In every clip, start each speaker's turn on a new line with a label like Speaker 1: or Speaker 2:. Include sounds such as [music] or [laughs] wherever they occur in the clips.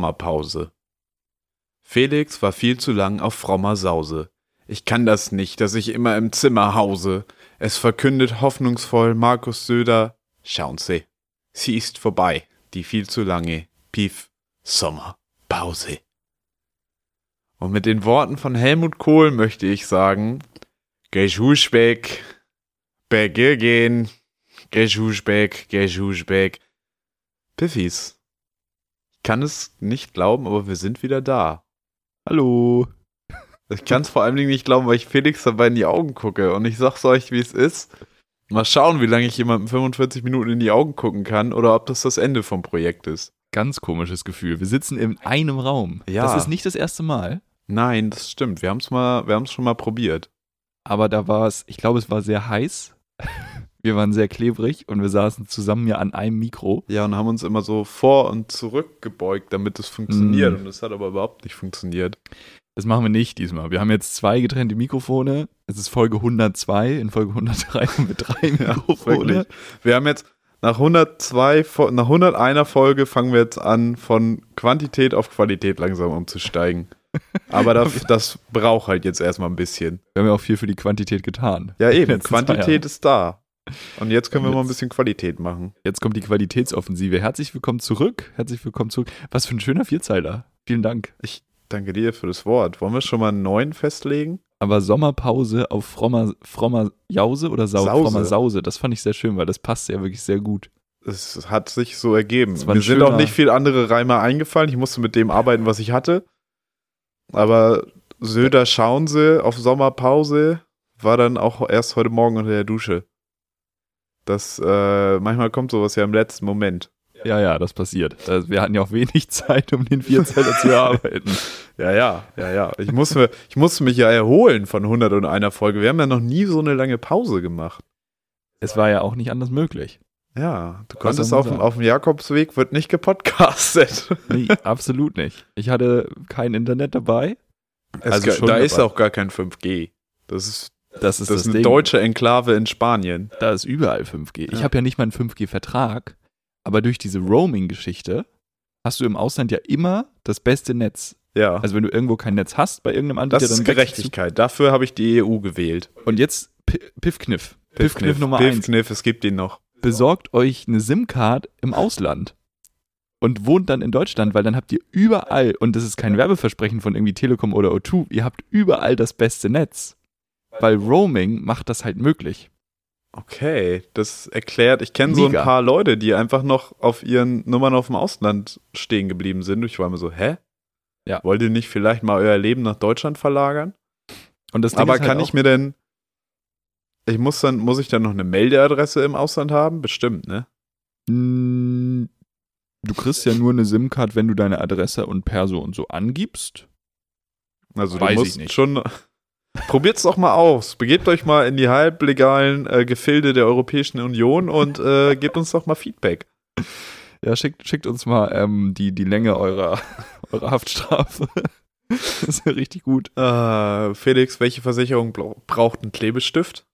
Speaker 1: Sommerpause. Felix war viel zu lang auf frommer Sause. Ich kann das nicht, dass ich immer im Zimmer hause. Es verkündet hoffnungsvoll Markus Söder. Schauen Sie, sie ist vorbei, die viel zu lange, pief, Sommerpause. Und mit den Worten von Helmut Kohl möchte ich sagen, Geschuschbeck, Begirgen, Geschuschbeck, Geschuschbeck, Piffis. Ich kann es nicht glauben, aber wir sind wieder da. Hallo. Ich kann es vor allen Dingen nicht glauben, weil ich Felix dabei in die Augen gucke und ich sag's euch, wie es ist. Mal schauen, wie lange ich jemandem 45 Minuten in die Augen gucken kann oder ob das das Ende vom Projekt ist.
Speaker 2: Ganz komisches Gefühl. Wir sitzen in einem Raum.
Speaker 1: Ja.
Speaker 2: Das ist nicht das erste Mal,
Speaker 1: Nein, das stimmt. Wir haben's mal, wir haben's schon mal probiert.
Speaker 2: aber da war es, ich glaube, es war sehr heiß. [laughs] Wir waren sehr klebrig und wir saßen zusammen ja an einem Mikro.
Speaker 1: Ja, und haben uns immer so vor und zurück gebeugt, damit es funktioniert.
Speaker 2: Mm.
Speaker 1: Und es hat aber überhaupt nicht funktioniert.
Speaker 2: Das machen wir nicht diesmal. Wir haben jetzt zwei getrennte Mikrofone. Es ist Folge 102. In Folge 103 haben
Speaker 1: [laughs]
Speaker 2: wir drei [laughs] Mikrofone.
Speaker 1: Wirklich. Wir haben jetzt nach 102, Fo- nach 101 Folge fangen wir jetzt an, von Quantität auf Qualität langsam umzusteigen. Aber
Speaker 2: [laughs]
Speaker 1: das, das braucht halt jetzt erstmal ein bisschen.
Speaker 2: wir haben ja auch viel für die Quantität getan.
Speaker 1: Ja, eben.
Speaker 2: Letzten zwei
Speaker 1: Quantität ist da. Und jetzt können wir
Speaker 2: Und
Speaker 1: mal ein
Speaker 2: jetzt-
Speaker 1: bisschen Qualität machen.
Speaker 2: Jetzt kommt die Qualitätsoffensive. Herzlich willkommen zurück. Herzlich willkommen zurück. Was für ein schöner Vierzeiler. Vielen Dank.
Speaker 1: Danke dir für das Wort. Wollen wir schon mal einen neuen festlegen?
Speaker 2: Aber Sommerpause auf frommer, frommer Jause oder Sau,
Speaker 1: Sause.
Speaker 2: frommer Sause, das fand ich sehr schön, weil das passt ja wirklich sehr gut.
Speaker 1: Es hat sich so ergeben.
Speaker 2: Das war ein
Speaker 1: Mir sind auch
Speaker 2: schöner-
Speaker 1: nicht viel andere Reime eingefallen. Ich musste mit dem arbeiten, was ich hatte. Aber Söder schauen sie auf Sommerpause war dann auch erst heute Morgen unter der Dusche. Das äh, manchmal kommt sowas ja im letzten Moment.
Speaker 2: Ja, ja, das passiert. Äh, Wir hatten ja auch wenig [laughs] Zeit, um den Vierzeiler zu erarbeiten.
Speaker 1: Ja, ja, ja, ja. Ich musste, ich musste mich ja erholen von 101 Folge. Wir haben ja noch nie so eine lange Pause gemacht.
Speaker 2: Es war ja auch nicht anders möglich.
Speaker 1: Ja, du
Speaker 2: Was
Speaker 1: konntest
Speaker 2: soll man
Speaker 1: auf, dem-
Speaker 2: sagen?
Speaker 1: auf dem Jakobsweg, wird nicht gepodcastet. [laughs]
Speaker 2: Nee, absolut nicht. Ich hatte kein Internet dabei.
Speaker 1: also
Speaker 2: schon
Speaker 1: da
Speaker 2: dabei.
Speaker 1: ist auch gar kein 5G. Das ist
Speaker 2: Das
Speaker 1: Das,
Speaker 2: ist das,
Speaker 1: ist eine
Speaker 2: Ding.
Speaker 1: deutsche Enklave in Spanien.
Speaker 2: Da ist überall 5G. Ich
Speaker 1: Ja.
Speaker 2: habe ja nicht mal einen 5G-Vertrag, aber durch diese Roaming-Geschichte hast du im Ausland ja immer das beste Netz.
Speaker 1: Ja.
Speaker 2: Also wenn du irgendwo kein Netz hast bei irgendeinem Anbieter,
Speaker 1: das ist
Speaker 2: dann wechselst
Speaker 1: Gerechtigkeit. Dafür habe ich die EU gewählt.
Speaker 2: du. Und jetzt Pi- Piffkniff. Piffkniff Nummer
Speaker 1: Piff,
Speaker 2: 1.
Speaker 1: Kniff, es gibt ihn noch.
Speaker 2: Besorgt euch eine SIM-Card im Ausland und wohnt dann in Deutschland, weil dann habt ihr überall, und das ist kein Werbeversprechen von irgendwie Telekom oder O2, ihr habt überall das beste Netz. Weil Roaming macht das halt möglich.
Speaker 1: Okay, das erklärt. Ich kenne so ein
Speaker 2: Mega.
Speaker 1: paar Leute, die einfach noch auf ihren Nummern auf dem Ausland stehen geblieben sind. Ich war immer so, hä?
Speaker 2: Ja.
Speaker 1: Wollt ihr nicht vielleicht mal euer Leben nach Deutschland verlagern?
Speaker 2: Und das Ding
Speaker 1: Aber
Speaker 2: ist halt
Speaker 1: kann
Speaker 2: auch,
Speaker 1: ich mir denn. Ich muss dann, muss ich dann noch eine Meldeadresse im Ausland haben? Bestimmt, ne?
Speaker 2: Mm, Du kriegst ja nur eine SIM-Card, wenn du deine Adresse und Perso und so angibst.
Speaker 1: Also
Speaker 2: Weiß
Speaker 1: du
Speaker 2: ich
Speaker 1: musst
Speaker 2: nicht.
Speaker 1: schon. Probiert's doch mal aus. Begebt euch mal in die halblegalen äh, Gefilde der Europäischen Union und äh,
Speaker 2: [laughs]
Speaker 1: gebt uns doch mal Feedback.
Speaker 2: Ja, schickt, schickt uns mal ähm, die, die Länge eurer, [laughs] eurer Haftstrafe. [laughs] das ist ja richtig gut. [laughs]
Speaker 1: Äh, Felix, welche Versicherung bra- braucht einen Klebestift?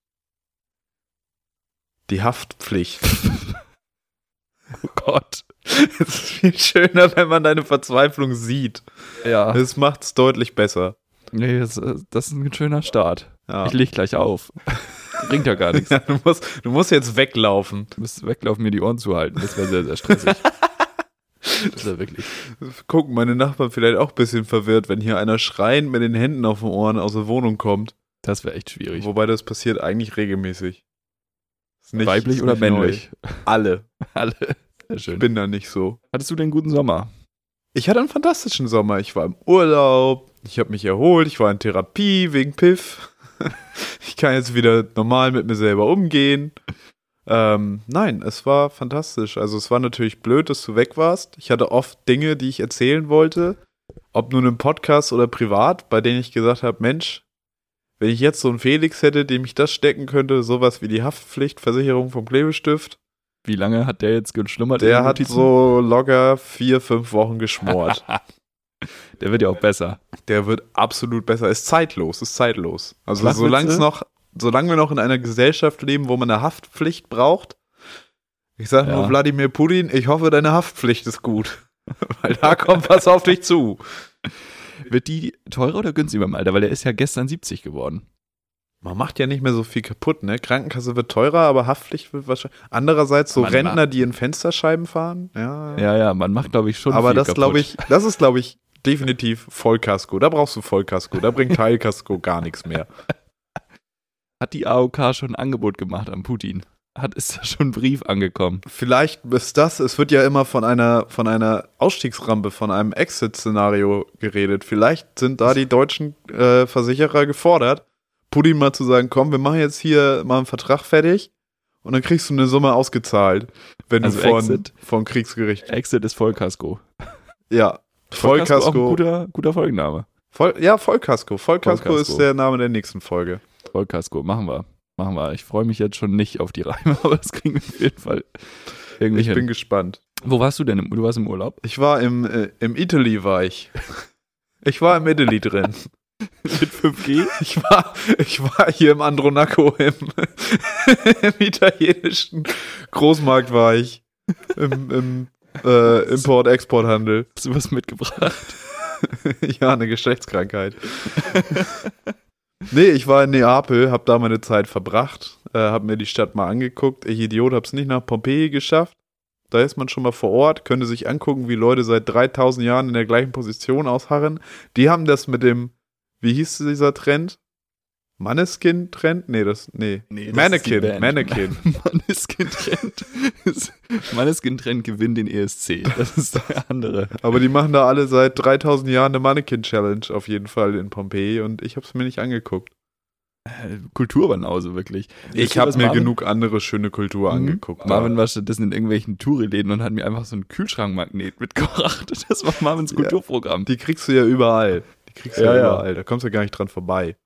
Speaker 1: Die Haftpflicht. [laughs]
Speaker 2: Oh Gott.
Speaker 1: es ist viel schöner, wenn man deine Verzweiflung sieht.
Speaker 2: Ja,
Speaker 1: Das macht's deutlich besser.
Speaker 2: nee, das, äh, das ist ein schöner Start.
Speaker 1: Ja.
Speaker 2: Ich leg
Speaker 1: [laughs]
Speaker 2: gleich auf. Bringt ja gar nichts.
Speaker 1: Ja, du, musst, du musst jetzt weglaufen.
Speaker 2: Du müsstest weglaufen, mir die Ohren zu halten. Das wäre sehr, sehr stressig. das wäre wirklich.
Speaker 1: Gucken meine Nachbarn vielleicht auch ein bisschen verwirrt, wenn hier einer schreiend mit den Händen auf den Ohren aus der Wohnung kommt.
Speaker 2: Das wäre echt schwierig.
Speaker 1: Wobei das passiert eigentlich regelmäßig. Ist nicht-
Speaker 2: Weiblich
Speaker 1: ist
Speaker 2: oder
Speaker 1: nicht neu.
Speaker 2: männlich?
Speaker 1: [laughs] Alle.
Speaker 2: Alle. Sehr schön.
Speaker 1: Ich bin da nicht so.
Speaker 2: Hattest du denn guten Sommer?
Speaker 1: Ich hatte einen fantastischen Sommer. Ich war im Urlaub, ich habe mich erholt, ich war in Therapie wegen Piff. [laughs] ich kann jetzt wieder normal mit mir selber umgehen. Ähm, nein, es war fantastisch. Also es war natürlich blöd, dass du weg warst. Ich hatte oft Dinge, die ich erzählen wollte, ob nun im Podcast oder privat, bei denen ich gesagt habe, Mensch, wenn ich jetzt so einen Felix hätte, dem ich das stecken könnte, sowas wie die Haftpflichtversicherung vom Klebestift,
Speaker 2: Wie lange hat der jetzt geschlummert? in
Speaker 1: der
Speaker 2: den
Speaker 1: hat
Speaker 2: Notizen?
Speaker 1: so locker vier, fünf Wochen geschmort.
Speaker 2: Der wird ja auch besser.
Speaker 1: Der wird absolut besser. Ist zeitlos, ist zeitlos. Also
Speaker 2: Flachwitze?
Speaker 1: solange es noch, solange wir noch in einer Gesellschaft leben, wo man eine Haftpflicht braucht, ich sag
Speaker 2: Ja.
Speaker 1: nur Wladimir Putin, ich hoffe, deine Haftpflicht ist gut. [laughs] Weil da kommt was auf dich zu.
Speaker 2: Wird die teurer oder günstiger im Alter? Weil der ist ja gestern 70 geworden.
Speaker 1: Man macht ja nicht mehr so viel kaputt, ne? Krankenkasse wird teurer, aber Haftpflicht wird wahrscheinlich. Andererseits so
Speaker 2: Man
Speaker 1: Rentner, die in Fensterscheiben fahren. Ja.
Speaker 2: Ja, ja, man macht, glaube ich, schon
Speaker 1: aber
Speaker 2: viel
Speaker 1: das glaube
Speaker 2: kaputt.
Speaker 1: ich, das ist glaube ich definitiv Vollkasko. Da brauchst du Vollkasko. Da bringt Teilkasko gar nichts mehr.
Speaker 2: Hat die AOK schon ein Angebot gemacht an Putin? Hat, ist da schon ein Brief angekommen?
Speaker 1: Vielleicht ist das, es wird ja immer von einer, von einer Ausstiegsrampe, von einem Exit-Szenario geredet. Vielleicht sind da die deutschen äh, Versicherer gefordert, Putin mal zu sagen, komm, wir machen jetzt hier mal einen Vertrag fertig und dann kriegst du eine Summe ausgezahlt, wenn
Speaker 2: Also
Speaker 1: du von,
Speaker 2: Exit?
Speaker 1: vom Kriegsgericht.
Speaker 2: Exit ist Vollkasko.
Speaker 1: Ja.
Speaker 2: auch ein
Speaker 1: Vollkasko.
Speaker 2: guter, guter Folgenname.
Speaker 1: Voll, ja, Vollkasko. Vollkasko.
Speaker 2: Vollkasko.
Speaker 1: ist der Name der nächsten Folge.
Speaker 2: Vollkasko, machen wir. Machen wir. Ich freue mich jetzt schon nicht auf die Reime, [laughs] aber das kriegen wir auf jeden Fall irgendwie
Speaker 1: Ich bin
Speaker 2: hin.
Speaker 1: gespannt.
Speaker 2: Wo warst du denn? Im, du warst im Urlaub?
Speaker 1: Ich war im, äh, im Italy war ich. [laughs] Ich war im Italy drin.
Speaker 2: Mit 5G?
Speaker 1: Ich war, ich war hier im Andronaco, im, [laughs] im italienischen Großmarkt war ich. Im, im äh, Import-Export-Handel.
Speaker 2: Hast du was mitgebracht?
Speaker 1: ja, eine Geschlechtskrankheit. [laughs] nee, ich war in Neapel, hab da meine Zeit verbracht, äh, hab mir die Stadt mal angeguckt. Ich Idiot, hab's nicht nach Pompeji geschafft. Da ist man schon mal vor Ort, könnte sich angucken, wie Leute seit 3000 Jahren in der gleichen Position ausharren. Die haben das mit dem, wie hieß dieser Trend? Manneskin-Trend? Nee, das, [laughs] nee. Mannequin, [laughs] Mannequin.
Speaker 2: [laughs] Manneskin-Trend. Manneskin-Trend gewinnt den ESC. Das ist der andere.
Speaker 1: Aber die machen da alle seit 3000 Jahren eine Mannequin-Challenge auf jeden Fall in Pompeji und ich hab's mir nicht angeguckt.
Speaker 2: Äh, Kulturbanause, wirklich. Wisst
Speaker 1: Ich
Speaker 2: ihr,
Speaker 1: habe
Speaker 2: was
Speaker 1: mir
Speaker 2: Marvin-
Speaker 1: genug andere schöne Kultur
Speaker 2: Mhm.
Speaker 1: angeguckt.
Speaker 2: Marvin war stattdessen in irgendwelchen Touri-Läden und hat mir einfach so einen Kühlschrankmagnet [laughs] mitgebracht. Das war Marvins
Speaker 1: Ja.
Speaker 2: Kulturprogramm.
Speaker 1: Die kriegst du ja überall. Die kriegst du ja,
Speaker 2: Ja, ja.
Speaker 1: überall. Da kommst du ja gar nicht dran vorbei.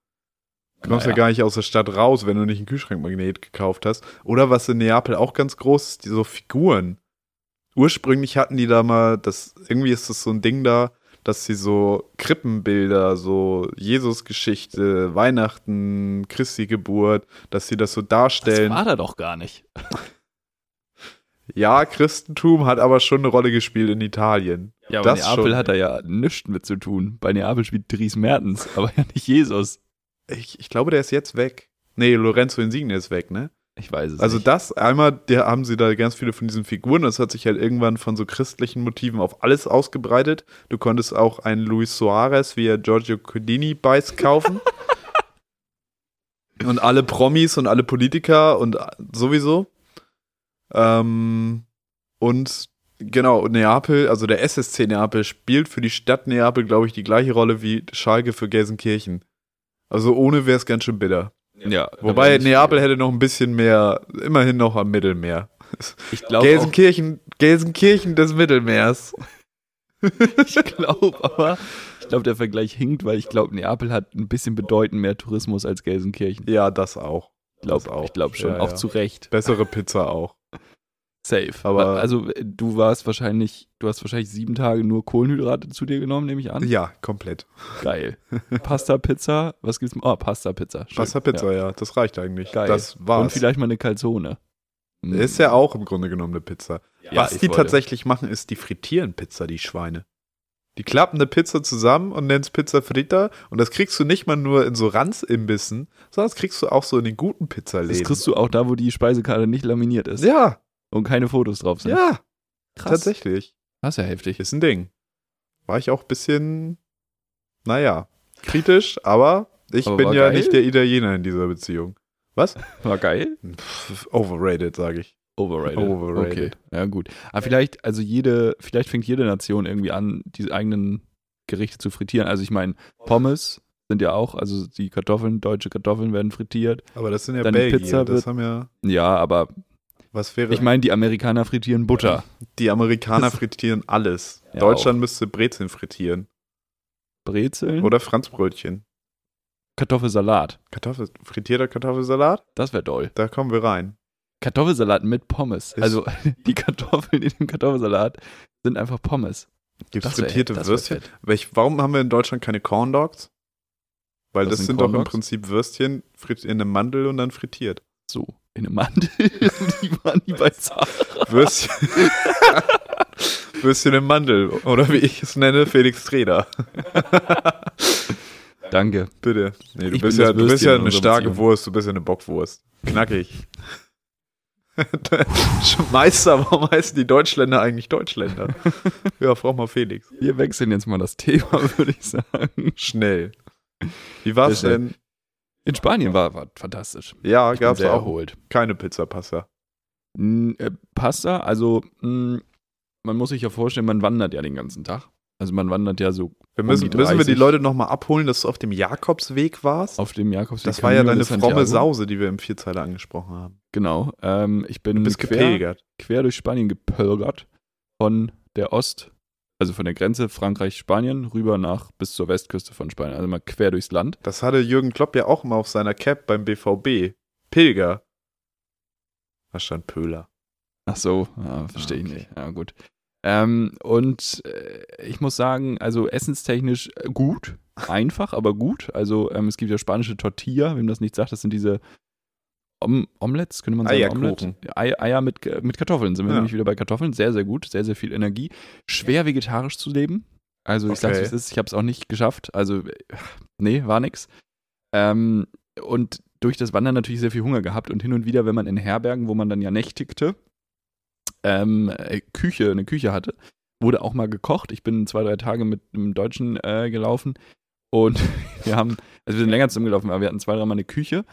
Speaker 1: Du kommst ja
Speaker 2: Naja.
Speaker 1: gar nicht aus der Stadt raus, wenn du nicht einen Kühlschrankmagnet gekauft hast. Oder was in Neapel auch ganz groß ist, die so Figuren. Ursprünglich hatten die da mal, das, irgendwie ist das so ein Ding da, dass sie so Krippenbilder, so Jesus-Geschichte, Weihnachten, Christi Geburt, dass sie das so darstellen.
Speaker 2: Das war da doch gar nicht.
Speaker 1: Ja, Christentum hat aber schon eine Rolle gespielt in Italien.
Speaker 2: Ja, aber
Speaker 1: Das
Speaker 2: Neapel
Speaker 1: schon.
Speaker 2: hat da ja nichts mit zu tun. Bei Neapel spielt Dries Mertens, [laughs] aber ja nicht Jesus.
Speaker 1: Ich, ich glaube, der ist jetzt weg. Nee, Lorenzo Insigne ist weg, ne?
Speaker 2: Ich weiß es
Speaker 1: Also
Speaker 2: nicht.
Speaker 1: das, einmal der, haben sie da ganz viele von diesen Figuren, das hat sich halt irgendwann von so christlichen Motiven auf alles ausgebreitet. Du konntest auch einen Luis Suarez via Giorgio Codini Beiß
Speaker 2: [laughs]
Speaker 1: kaufen. und alle Promis und alle Politiker und sowieso. Ähm, und genau, Neapel, also der SSC Neapel spielt für die Stadt Neapel, glaube ich, die gleiche Rolle wie Schalke für Gelsenkirchen. Also ohne wäre es ganz schön bitter.
Speaker 2: ja,
Speaker 1: Wobei
Speaker 2: aber
Speaker 1: Neapel hätte noch ein bisschen mehr, immerhin noch am Mittelmeer.
Speaker 2: ich glaube auch,
Speaker 1: Gelsenkirchen, Gelsenkirchen des Mittelmeers.
Speaker 2: ich glaub, aber ich glaube, der Vergleich hinkt, weil ich glaube, Neapel hat ein bisschen bedeutend mehr Tourismus als Gelsenkirchen.
Speaker 1: Ja, das auch.
Speaker 2: Ich glaube
Speaker 1: Das auch.
Speaker 2: auch. Ich glaube schon,
Speaker 1: Ja,
Speaker 2: auch
Speaker 1: ja.
Speaker 2: zu Recht.
Speaker 1: Bessere Pizza auch.
Speaker 2: Safe.
Speaker 1: Aber-
Speaker 2: also äh, du warst wahrscheinlich, du hast wahrscheinlich sieben Tage nur Kohlenhydrate zu dir genommen, nehme ich an.
Speaker 1: Ja, komplett. [laughs]
Speaker 2: Geil. Pasta Pizza, was gibt's? Oh, Pasta Pizza. Schön.
Speaker 1: Pasta Pizza, ja. das reicht eigentlich.
Speaker 2: Geil.
Speaker 1: Das
Speaker 2: Ja. Und
Speaker 1: war's.
Speaker 2: vielleicht mal eine Calzone. Mm.
Speaker 1: Ist ja auch im Grunde genommen eine Pizza.
Speaker 2: Ja,
Speaker 1: Was
Speaker 2: ich
Speaker 1: die
Speaker 2: wollte.
Speaker 1: tatsächlich machen, ist, die frittieren Pizza, die Schweine. Die klappen eine Pizza zusammen und nennen es Pizza Fritta. Und das kriegst du nicht mal nur in so Ranzimbissen, sondern das kriegst du auch so in den guten
Speaker 2: Das
Speaker 1: Pizzaläden.
Speaker 2: kriegst du auch da, wo die Speisekarte nicht laminiert ist
Speaker 1: ja,
Speaker 2: und keine Fotos drauf sind.
Speaker 1: ja,
Speaker 2: Krass.
Speaker 1: tatsächlich.
Speaker 2: Das ist ja heftig.
Speaker 1: Ist ein Ding. War ich auch ein bisschen, naja, kritisch, aber ich
Speaker 2: Aber
Speaker 1: bin
Speaker 2: war
Speaker 1: ja
Speaker 2: geil.
Speaker 1: nicht der Italiener in dieser Beziehung. Was?
Speaker 2: War geil.
Speaker 1: Pff, overrated, sage ich.
Speaker 2: Overrated.
Speaker 1: Overrated.
Speaker 2: Okay. Ja, gut. Aber vielleicht, also jede, vielleicht fängt jede Nation irgendwie an, die eigenen Gerichte zu frittieren. Also ich meine, Pommes sind ja auch, also die Kartoffeln, deutsche Kartoffeln werden frittiert.
Speaker 1: Aber das sind ja
Speaker 2: Dann die
Speaker 1: Belgier,
Speaker 2: Pizza
Speaker 1: das
Speaker 2: wird-
Speaker 1: haben ja,
Speaker 2: Ja, aber
Speaker 1: was wäre,
Speaker 2: ich meine, die Amerikaner frittieren Butter.
Speaker 1: die Amerikaner
Speaker 2: das-
Speaker 1: frittieren alles.
Speaker 2: Ja,
Speaker 1: Deutschland müsste Brezeln frittieren
Speaker 2: Brezeln
Speaker 1: oder Franzbrötchen.
Speaker 2: Kartoffelsalat.
Speaker 1: Kartoffel, frittierter Kartoffelsalat,
Speaker 2: Das wäre doll.
Speaker 1: da kommen wir rein.
Speaker 2: Kartoffelsalat mit Pommes. Also [laughs] die Kartoffeln in dem Kartoffelsalat sind einfach Pommes.
Speaker 1: Gibt es
Speaker 2: wär-
Speaker 1: frittierte
Speaker 2: das wär
Speaker 1: Würstchen?
Speaker 2: fett.
Speaker 1: Welch, warum haben wir in Deutschland keine Corn Dogs? Weil
Speaker 2: Was
Speaker 1: das,
Speaker 2: sind
Speaker 1: sind
Speaker 2: Corn
Speaker 1: doch im
Speaker 2: Dogs?
Speaker 1: Prinzip Würstchen fritt in einem Mandel und dann frittiert.
Speaker 2: So, [laughs] in einem Mantel. die waren nie bei Zara.
Speaker 1: Würstchen. [laughs] Würstchen im Mandel. Oder wie ich es nenne, Felix Treder.
Speaker 2: Danke.
Speaker 1: Bitte. Nee, du,
Speaker 2: Ich
Speaker 1: bist
Speaker 2: bin
Speaker 1: ja,
Speaker 2: das
Speaker 1: du bist
Speaker 2: Würstchen
Speaker 1: ja
Speaker 2: in
Speaker 1: eine
Speaker 2: unserer
Speaker 1: starke
Speaker 2: Beziehung.
Speaker 1: Wurst, du bist ja eine Bockwurst.
Speaker 2: [laughs]
Speaker 1: Knackig. Meister, warum heißen die Deutschländer eigentlich Deutschländer? ja, frag mal Felix.
Speaker 2: Wir wechseln jetzt mal das Thema, [laughs] würde ich sagen.
Speaker 1: Schnell. Wie war's
Speaker 2: Sehr
Speaker 1: denn?
Speaker 2: schnell. In Spanien war, war fantastisch.
Speaker 1: Ja,
Speaker 2: Ich bin
Speaker 1: gab's
Speaker 2: sehr
Speaker 1: auch
Speaker 2: erholt.
Speaker 1: keine Pizzapasta.
Speaker 2: N- äh, Pasta, also mh, man muss sich ja vorstellen, man wandert ja den ganzen Tag. Also man wandert ja so
Speaker 1: Wir müssen,
Speaker 2: Um die
Speaker 1: müssen wir die
Speaker 2: 30.
Speaker 1: Leute nochmal abholen, dass du auf dem Jakobsweg warst?
Speaker 2: auf dem Jakobsweg.
Speaker 1: das war ja
Speaker 2: Camino de
Speaker 1: deine
Speaker 2: Santiago.
Speaker 1: fromme Sause, die wir im Vierzeiler angesprochen haben.
Speaker 2: Genau. Ähm, ich bin
Speaker 1: Du bist
Speaker 2: quer,
Speaker 1: gepilgert.
Speaker 2: quer durch Spanien gepilgert von der Ost, also von der Grenze Frankreich-Spanien rüber nach bis zur Westküste von Spanien. Also mal quer durchs Land.
Speaker 1: Das hatte Jürgen Klopp ja auch immer auf seiner Cap beim BVB. Pilger. Da stand Pöhler.
Speaker 2: Ach so, ja, verstehe
Speaker 1: Ah, okay.
Speaker 2: ich nicht. Ja, gut. Ähm, und äh, ich muss sagen, also essenstechnisch äh, gut, einfach, aber gut. Also ähm, es gibt ja spanische Tortilla, wem das nicht sagt, das sind diese Om Omelettes, könnte man sagen.
Speaker 1: Eierkuchen.
Speaker 2: Omelette? Ei Eier mit, Ge- mit Kartoffeln, sind wir
Speaker 1: Ah, Ja.
Speaker 2: nämlich wieder bei Kartoffeln. Sehr, sehr gut, sehr, sehr viel Energie. Schwer vegetarisch zu leben. Also ich sag's, wie
Speaker 1: Okay.
Speaker 2: es ist, ich habe es auch nicht geschafft. Also, äh, nee, war nix. Ähm, und durch das Wandern natürlich sehr viel Hunger gehabt und hin und wieder, wenn man in Herbergen, wo man dann ja nächtigte, ähm, äh, Küche, eine Küche hatte, wurde auch mal gekocht. Ich bin zwei, drei Tage mit einem Deutschen äh, gelaufen und [laughs] wir haben, also wir sind länger zusammengelaufen, aber wir hatten zwei, dreimal eine Küche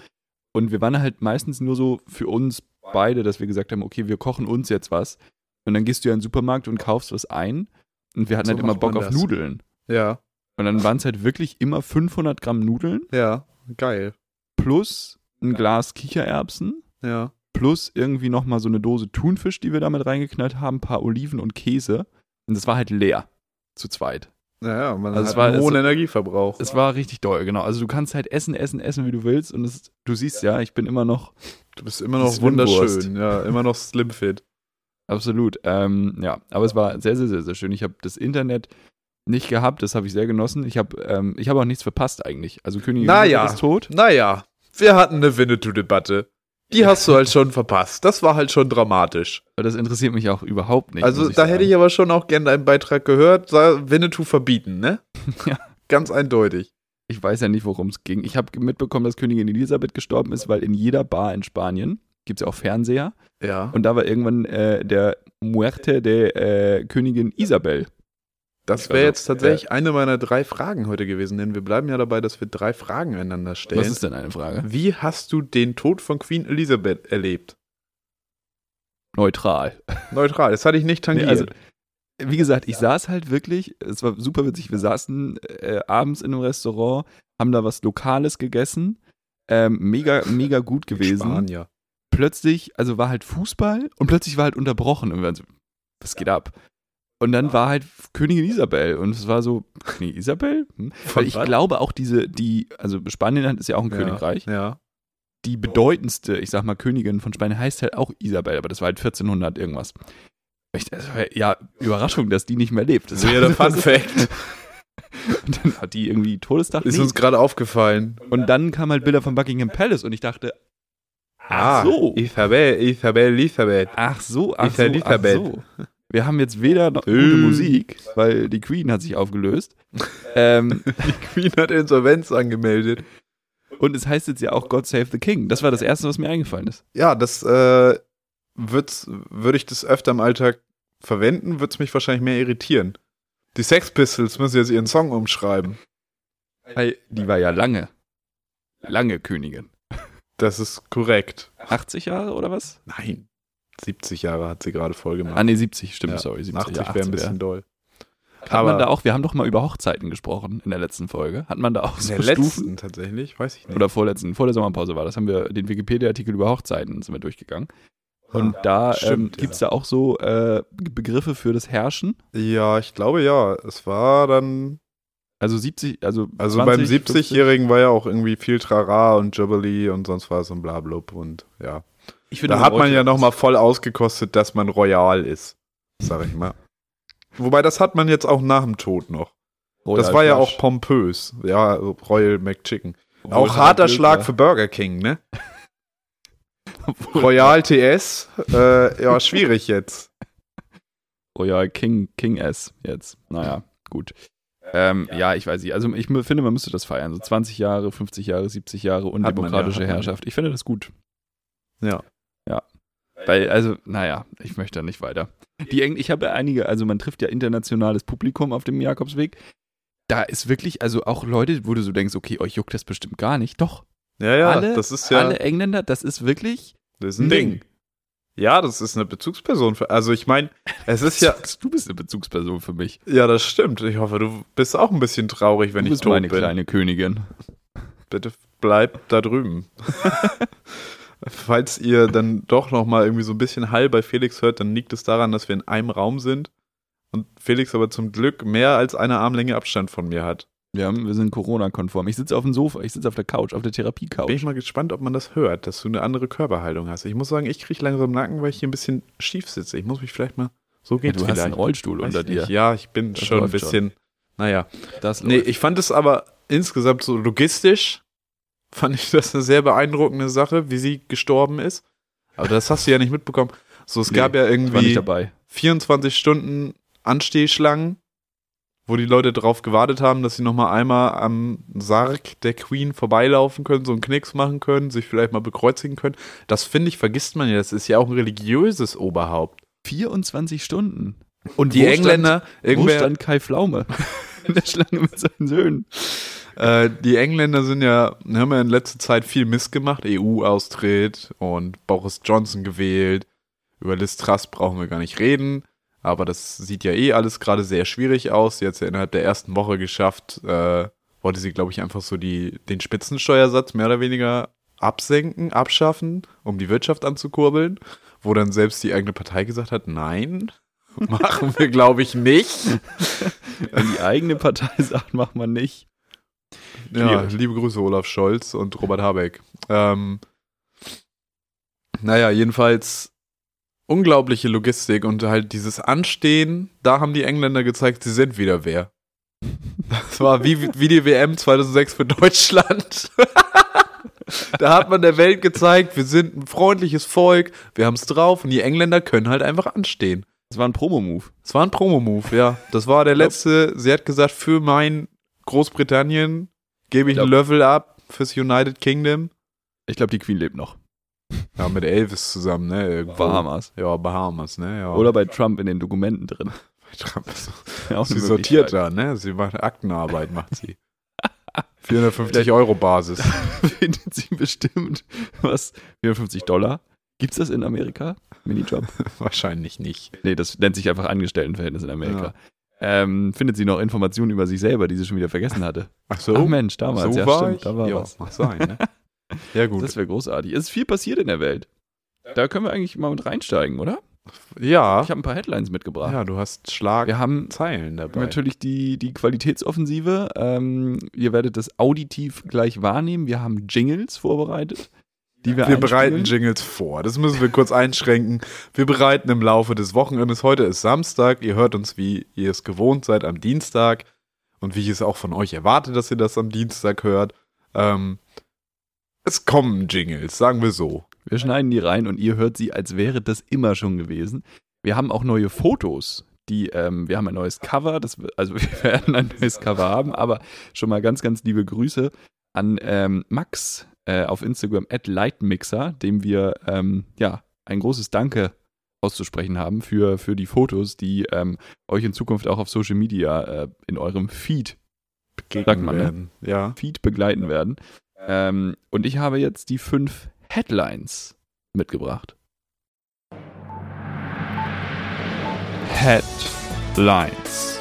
Speaker 2: und wir waren halt meistens nur so für uns beide, dass wir gesagt haben, okay, wir kochen uns jetzt was und dann gehst du ja in den Supermarkt und kaufst was ein und wir hatten
Speaker 1: So
Speaker 2: halt immer
Speaker 1: macht
Speaker 2: Bock
Speaker 1: man
Speaker 2: auf
Speaker 1: das.
Speaker 2: Nudeln.
Speaker 1: Ja,
Speaker 2: Und dann waren es halt wirklich immer 500 Gramm Nudeln
Speaker 1: ja, geil.
Speaker 2: plus ein Glas Kichererbsen
Speaker 1: Ja.
Speaker 2: plus irgendwie nochmal so eine Dose Thunfisch, die wir damit reingeknallt haben, ein paar Oliven und Käse. Und das war halt leer zu zweit.
Speaker 1: Naja, man
Speaker 2: Also es
Speaker 1: hat
Speaker 2: war-
Speaker 1: einen hohen
Speaker 2: es-
Speaker 1: Energieverbrauch.
Speaker 2: Es war richtig doll, genau. Also du kannst halt essen, essen, essen, wie du willst. Und es, du siehst ja, ich bin immer noch
Speaker 1: Du bist immer noch
Speaker 2: Slimwurst.
Speaker 1: wunderschön. Ja, immer noch slimfit.
Speaker 2: absolut. Ähm, ja, aber es war sehr, sehr, sehr, sehr schön. Ich habe das Internet nicht gehabt, das habe ich sehr genossen. Ich habe ähm, ich habe auch nichts verpasst eigentlich. Also Königin
Speaker 1: Naja.
Speaker 2: Elisabeth ist tot.
Speaker 1: Naja, wir hatten eine Winnetou-Debatte. Die hast du halt schon verpasst. Das war halt schon dramatisch.
Speaker 2: Aber das interessiert mich auch überhaupt nicht.
Speaker 1: also
Speaker 2: muss ich
Speaker 1: da
Speaker 2: sagen.
Speaker 1: hätte ich aber schon auch gerne deinen Beitrag gehört. Sa- Winnetou verbieten, [laughs] ne?
Speaker 2: Ja.
Speaker 1: Ganz eindeutig.
Speaker 2: Ich weiß ja nicht, worum es ging. Ich habe mitbekommen, dass Königin Elisabeth gestorben ist, weil in jeder Bar in Spanien gibt es auch Fernseher.
Speaker 1: Ja.
Speaker 2: Und da war irgendwann äh, der Muerte der äh, Königin Isabel.
Speaker 1: Das wäre
Speaker 2: Also,
Speaker 1: jetzt tatsächlich eine meiner drei Fragen heute gewesen, denn wir bleiben ja dabei, dass wir drei Fragen einander stellen.
Speaker 2: Was ist denn eine Frage?
Speaker 1: Wie hast du den Tod von Queen Elizabeth erlebt?
Speaker 2: Neutral.
Speaker 1: Neutral, das hatte ich nicht
Speaker 2: Nee,
Speaker 1: tangiert.
Speaker 2: also, wie gesagt, ich saß halt wirklich, es war super witzig, wir saßen äh, abends in einem Restaurant, haben da was Lokales gegessen. Ähm, mega, mega gut gewesen.
Speaker 1: Spanier.
Speaker 2: plötzlich, also war halt Fußball und plötzlich war halt unterbrochen und wir waren so, was geht ab? Und dann war halt Königin Isabel und es war so, Königin Isabel? Hm? Weil ich
Speaker 1: was?
Speaker 2: glaube auch diese, die, also Spanien hat- ist ja auch ein
Speaker 1: Ja,
Speaker 2: Königreich.
Speaker 1: Ja.
Speaker 2: Die bedeutendste, ich sag mal, Königin von Spanien heißt halt auch Isabel, aber das war halt 1400 irgendwas. Ich, das war, ja, Überraschung, dass die nicht mehr lebt.
Speaker 1: [laughs]
Speaker 2: Das
Speaker 1: Sehr der
Speaker 2: [laughs]
Speaker 1: Fun Fact.
Speaker 2: und dann hat die irgendwie Todestag.
Speaker 1: Ist
Speaker 2: Nee.
Speaker 1: uns gerade aufgefallen.
Speaker 2: Und dann kamen halt Bilder von Buckingham Palace und ich dachte, ach so.
Speaker 1: Ah, Isabel, Isabel, Elisabeth.
Speaker 2: Ach so, ach
Speaker 1: Ist
Speaker 2: so,
Speaker 1: ja
Speaker 2: ach
Speaker 1: Elisabeth.
Speaker 2: so. Wir haben jetzt weder noch gute
Speaker 1: Äh.
Speaker 2: Musik, weil die Queen hat sich aufgelöst. ähm,
Speaker 1: Die [laughs] Queen hat Insolvenz angemeldet.
Speaker 2: und es heißt jetzt ja auch God Save the King. Das war das Erste, was mir eingefallen ist.
Speaker 1: Ja, das äh, wird's- würde ich das öfter im Alltag verwenden, würde es mich wahrscheinlich mehr irritieren. Die Sex Pistols müssen jetzt ihren Song umschreiben.
Speaker 2: Weil die war ja lange, lange Königin.
Speaker 1: Das ist korrekt.
Speaker 2: 80 Jahre oder was?
Speaker 1: Nein. 70 Jahre hat sie gerade voll gemacht.
Speaker 2: Ah nee, 70, stimmt,
Speaker 1: Ja,
Speaker 2: sorry. 70,
Speaker 1: 80
Speaker 2: ja,
Speaker 1: wäre ein
Speaker 2: 80
Speaker 1: bisschen doll.
Speaker 2: Hat man da auch, wir haben doch mal über Hochzeiten gesprochen in der letzten Folge. Hat man da auch
Speaker 1: in
Speaker 2: so
Speaker 1: der letzten
Speaker 2: Stufen?
Speaker 1: tatsächlich, weiß ich nicht.
Speaker 2: Oder vorletzten, vor der Sommerpause war das. Haben wir den Wikipedia-Artikel über Hochzeiten sind wir durchgegangen. Und da ähm,
Speaker 1: stimmt, ja.
Speaker 2: gibt es da auch so äh, Begriffe für das Herrschen.
Speaker 1: ja, ich glaube ja. Es war dann,
Speaker 2: Also 70, also
Speaker 1: also
Speaker 2: 20,
Speaker 1: beim
Speaker 2: 50.
Speaker 1: 70-Jährigen war ja auch irgendwie viel Trara und Jubilee und sonst was und blablub und ja.
Speaker 2: Ich finde,
Speaker 1: Da hat man
Speaker 2: bräuchte-
Speaker 1: ja nochmal voll ausgekostet, dass man royal ist, sag ich mal. Wobei, das hat man jetzt auch nach dem Tod noch.
Speaker 2: Royal
Speaker 1: Das war ja
Speaker 2: Flush.
Speaker 1: auch pompös. Ja, Royal McChicken.
Speaker 2: Obwohl
Speaker 1: Auch
Speaker 2: es
Speaker 1: harter
Speaker 2: halt blöd
Speaker 1: Schlag
Speaker 2: war.
Speaker 1: für Burger King, ne?
Speaker 2: Obwohl-
Speaker 1: Royal TS, äh, ja, schwierig jetzt.
Speaker 2: Oh ja, King, King S jetzt. Naja, gut. Ähm, ja. ich weiß nicht. Also ich mü- finde, man müsste das feiern. So 20 Jahre, 50 Jahre, 70 Jahre
Speaker 1: man ja,
Speaker 2: undemokratische
Speaker 1: hat man ja.
Speaker 2: Herrschaft. Ich finde das gut.
Speaker 1: Ja.
Speaker 2: Weil, also, naja, ich möchte da nicht weiter. Die, Eng- ich habe einige, also man trifft ja internationales Publikum auf dem Jakobsweg. Da ist wirklich, also auch Leute, wo du so denkst, okay, euch juckt das bestimmt gar nicht. Doch,
Speaker 1: Ja, ja,
Speaker 2: alle,
Speaker 1: das ist ja
Speaker 2: alle Engländer, das ist wirklich.
Speaker 1: das ist ein
Speaker 2: ein
Speaker 1: Ding.
Speaker 2: Ding.
Speaker 1: Ja, das ist eine Bezugsperson. Für, also ich meine, es ist
Speaker 2: [laughs]
Speaker 1: ja,
Speaker 2: Du bist eine Bezugsperson für mich.
Speaker 1: ja, das stimmt. Ich hoffe, du bist auch ein bisschen traurig, wenn
Speaker 2: du
Speaker 1: ich
Speaker 2: bist
Speaker 1: tot
Speaker 2: meine
Speaker 1: bin.
Speaker 2: kleine Königin.
Speaker 1: Bitte bleib da
Speaker 2: [laughs]
Speaker 1: drüben. Falls ihr dann doch noch mal irgendwie so ein bisschen Hall bei Felix hört, dann liegt es daran, dass wir in einem Raum sind und Felix aber zum Glück mehr als eine Armlänge Abstand von mir hat.
Speaker 2: Wir, haben, wir sind Corona-konform. Ich sitze auf dem Sofa, ich sitze auf der Couch, auf der
Speaker 1: Bin
Speaker 2: Therapie-Couch.
Speaker 1: ich mal gespannt, ob man das hört, dass du eine andere Körperhaltung hast. Ich muss sagen, ich kriege langsam Nacken, weil ich hier ein bisschen schief sitze. Ich muss mich vielleicht mal so
Speaker 2: Ja,
Speaker 1: geht
Speaker 2: du hast einen
Speaker 1: vielleicht.
Speaker 2: Rollstuhl
Speaker 1: Weiß
Speaker 2: unter
Speaker 1: ich nicht.
Speaker 2: dir.
Speaker 1: Ja, ich bin
Speaker 2: Das
Speaker 1: schon ein
Speaker 2: läuft
Speaker 1: bisschen. Naja,
Speaker 2: Das
Speaker 1: nee,
Speaker 2: läuft.
Speaker 1: ich fand es aber insgesamt so logistisch [laughs] fand ich das eine sehr beeindruckende Sache, wie sie gestorben ist. Aber das hast du ja nicht mitbekommen. So, es
Speaker 2: Nee,
Speaker 1: gab ja
Speaker 2: ich war nicht
Speaker 1: irgendwie
Speaker 2: dabei.
Speaker 1: 24 Stunden Anstehschlangen, wo die Leute drauf gewartet haben, dass sie noch mal einmal am Sarg der Queen vorbeilaufen können, so einen Knicks machen können, sich vielleicht mal bekreuzigen können. Das finde ich vergisst man ja. Das ist ja auch ein religiöses Oberhaupt.
Speaker 2: 24 Stunden. Und
Speaker 1: Die
Speaker 2: wo
Speaker 1: Engländer,
Speaker 2: Stand, wo
Speaker 1: irgendwer,
Speaker 2: stand
Speaker 1: [laughs]
Speaker 2: Kai Pflaume? In der Schlange mit seinen Söhnen.
Speaker 1: Äh, die Engländer sind ja, haben ja in letzter Zeit viel Mist gemacht. EU-Austritt und Boris Johnson gewählt. Über Liz Truss brauchen wir gar nicht reden. Aber das sieht ja eh alles gerade sehr schwierig aus. Sie hat es ja innerhalb der ersten Woche geschafft, äh, wollte sie, glaube ich, einfach so die, den Spitzensteuersatz mehr oder weniger absenken, abschaffen, um die Wirtschaft anzukurbeln. Wo dann selbst die eigene Partei gesagt hat, nein, [laughs] machen wir, glaube ich, nicht.
Speaker 2: Wenn die eigene Partei [laughs] sagt, macht man nicht.
Speaker 1: Ja,
Speaker 2: Schwierig.
Speaker 1: liebe Grüße, Olaf Scholz und Robert Habeck. Ähm, naja, jedenfalls unglaubliche Logistik und halt dieses Anstehen, da haben die Engländer gezeigt, sie sind wieder wer. Das war wie, wie die WM 2006 für Deutschland. [laughs] da hat man der Welt gezeigt, wir sind ein freundliches Volk, wir haben's drauf und die Engländer können halt einfach anstehen.
Speaker 2: Das war ein Promo-Move.
Speaker 1: Es war ein Promo-Move, ja. Das war der letzte. Sie hat gesagt, für mein Großbritannien gebe ich
Speaker 2: Ich glaub-
Speaker 1: einen Level ab fürs United Kingdom.
Speaker 2: Ich glaube, die Queen lebt noch.
Speaker 1: Ja, mit Elvis zusammen, ne? Irgendwo.
Speaker 2: Bahamas.
Speaker 1: Ja, Bahamas, ne? Ja.
Speaker 2: Oder bei Trump in den
Speaker 1: [laughs]
Speaker 2: Dokumenten drin.
Speaker 1: bei Trump.
Speaker 2: Auch
Speaker 1: Sie
Speaker 2: eine
Speaker 1: sortiert
Speaker 2: Möglichkeit.
Speaker 1: da, ne? Sie macht Aktenarbeit, macht
Speaker 2: [laughs]
Speaker 1: sie. 450 Euro Basis. [laughs]
Speaker 2: Findet sie bestimmt was. 54 Dollar. Gibt's das in Amerika? Minijob?
Speaker 1: Wahrscheinlich nicht.
Speaker 2: Nee, das nennt sich einfach Angestelltenverhältnis in Amerika. Ähm, findet sie noch Informationen über sich selber, die sie schon wieder vergessen hatte?
Speaker 1: Ach so.
Speaker 2: Ach Mensch, damals,
Speaker 1: so
Speaker 2: ja
Speaker 1: war
Speaker 2: stimmt,
Speaker 1: ich.
Speaker 2: da war
Speaker 1: ja,
Speaker 2: was.
Speaker 1: mag sein,
Speaker 2: [laughs]
Speaker 1: ne? Ja, gut.
Speaker 2: Das wäre großartig. Es ist viel passiert in der Welt. Da können wir eigentlich mal mit reinsteigen, oder?
Speaker 1: ja.
Speaker 2: Ich habe ein paar Headlines mitgebracht.
Speaker 1: Ja, du hast Schlagzeilen
Speaker 2: Wir haben
Speaker 1: dabei.
Speaker 2: natürlich die, die Qualitätsoffensive. Ähm, ihr werdet das auditiv gleich wahrnehmen. Wir haben Jingles vorbereitet, die wir
Speaker 1: Wir
Speaker 2: einspielen.
Speaker 1: bereiten Jingles vor. Das müssen wir kurz einschränken. Wir bereiten im Laufe des Wochenendes. Heute ist Samstag. Ihr hört uns, wie ihr es gewohnt seid, am Dienstag. Und wie ich es auch von euch erwarte, dass ihr das am Dienstag hört. Ähm, es kommen Jingles, sagen wir so.
Speaker 2: Wir schneiden die rein und ihr hört sie, als wäre das immer schon gewesen. Wir haben auch neue Fotos. Die, ähm, wir haben ein neues Cover, das, wir- also [laughs] wir werden ein neues Cover haben, aber schon mal ganz, ganz liebe Grüße an ähm, Max äh, auf Instagram at Lightmixer, dem wir ähm, ja ein großes Danke auszusprechen haben für, für die Fotos, die ähm, euch in Zukunft auch auf Social Media äh, in eurem Feed Sagt man, ne?
Speaker 1: Werden. Ja.
Speaker 2: Feed begleiten werden. Ähm, und ich habe jetzt die fünf Headlines mitgebracht. Headlines.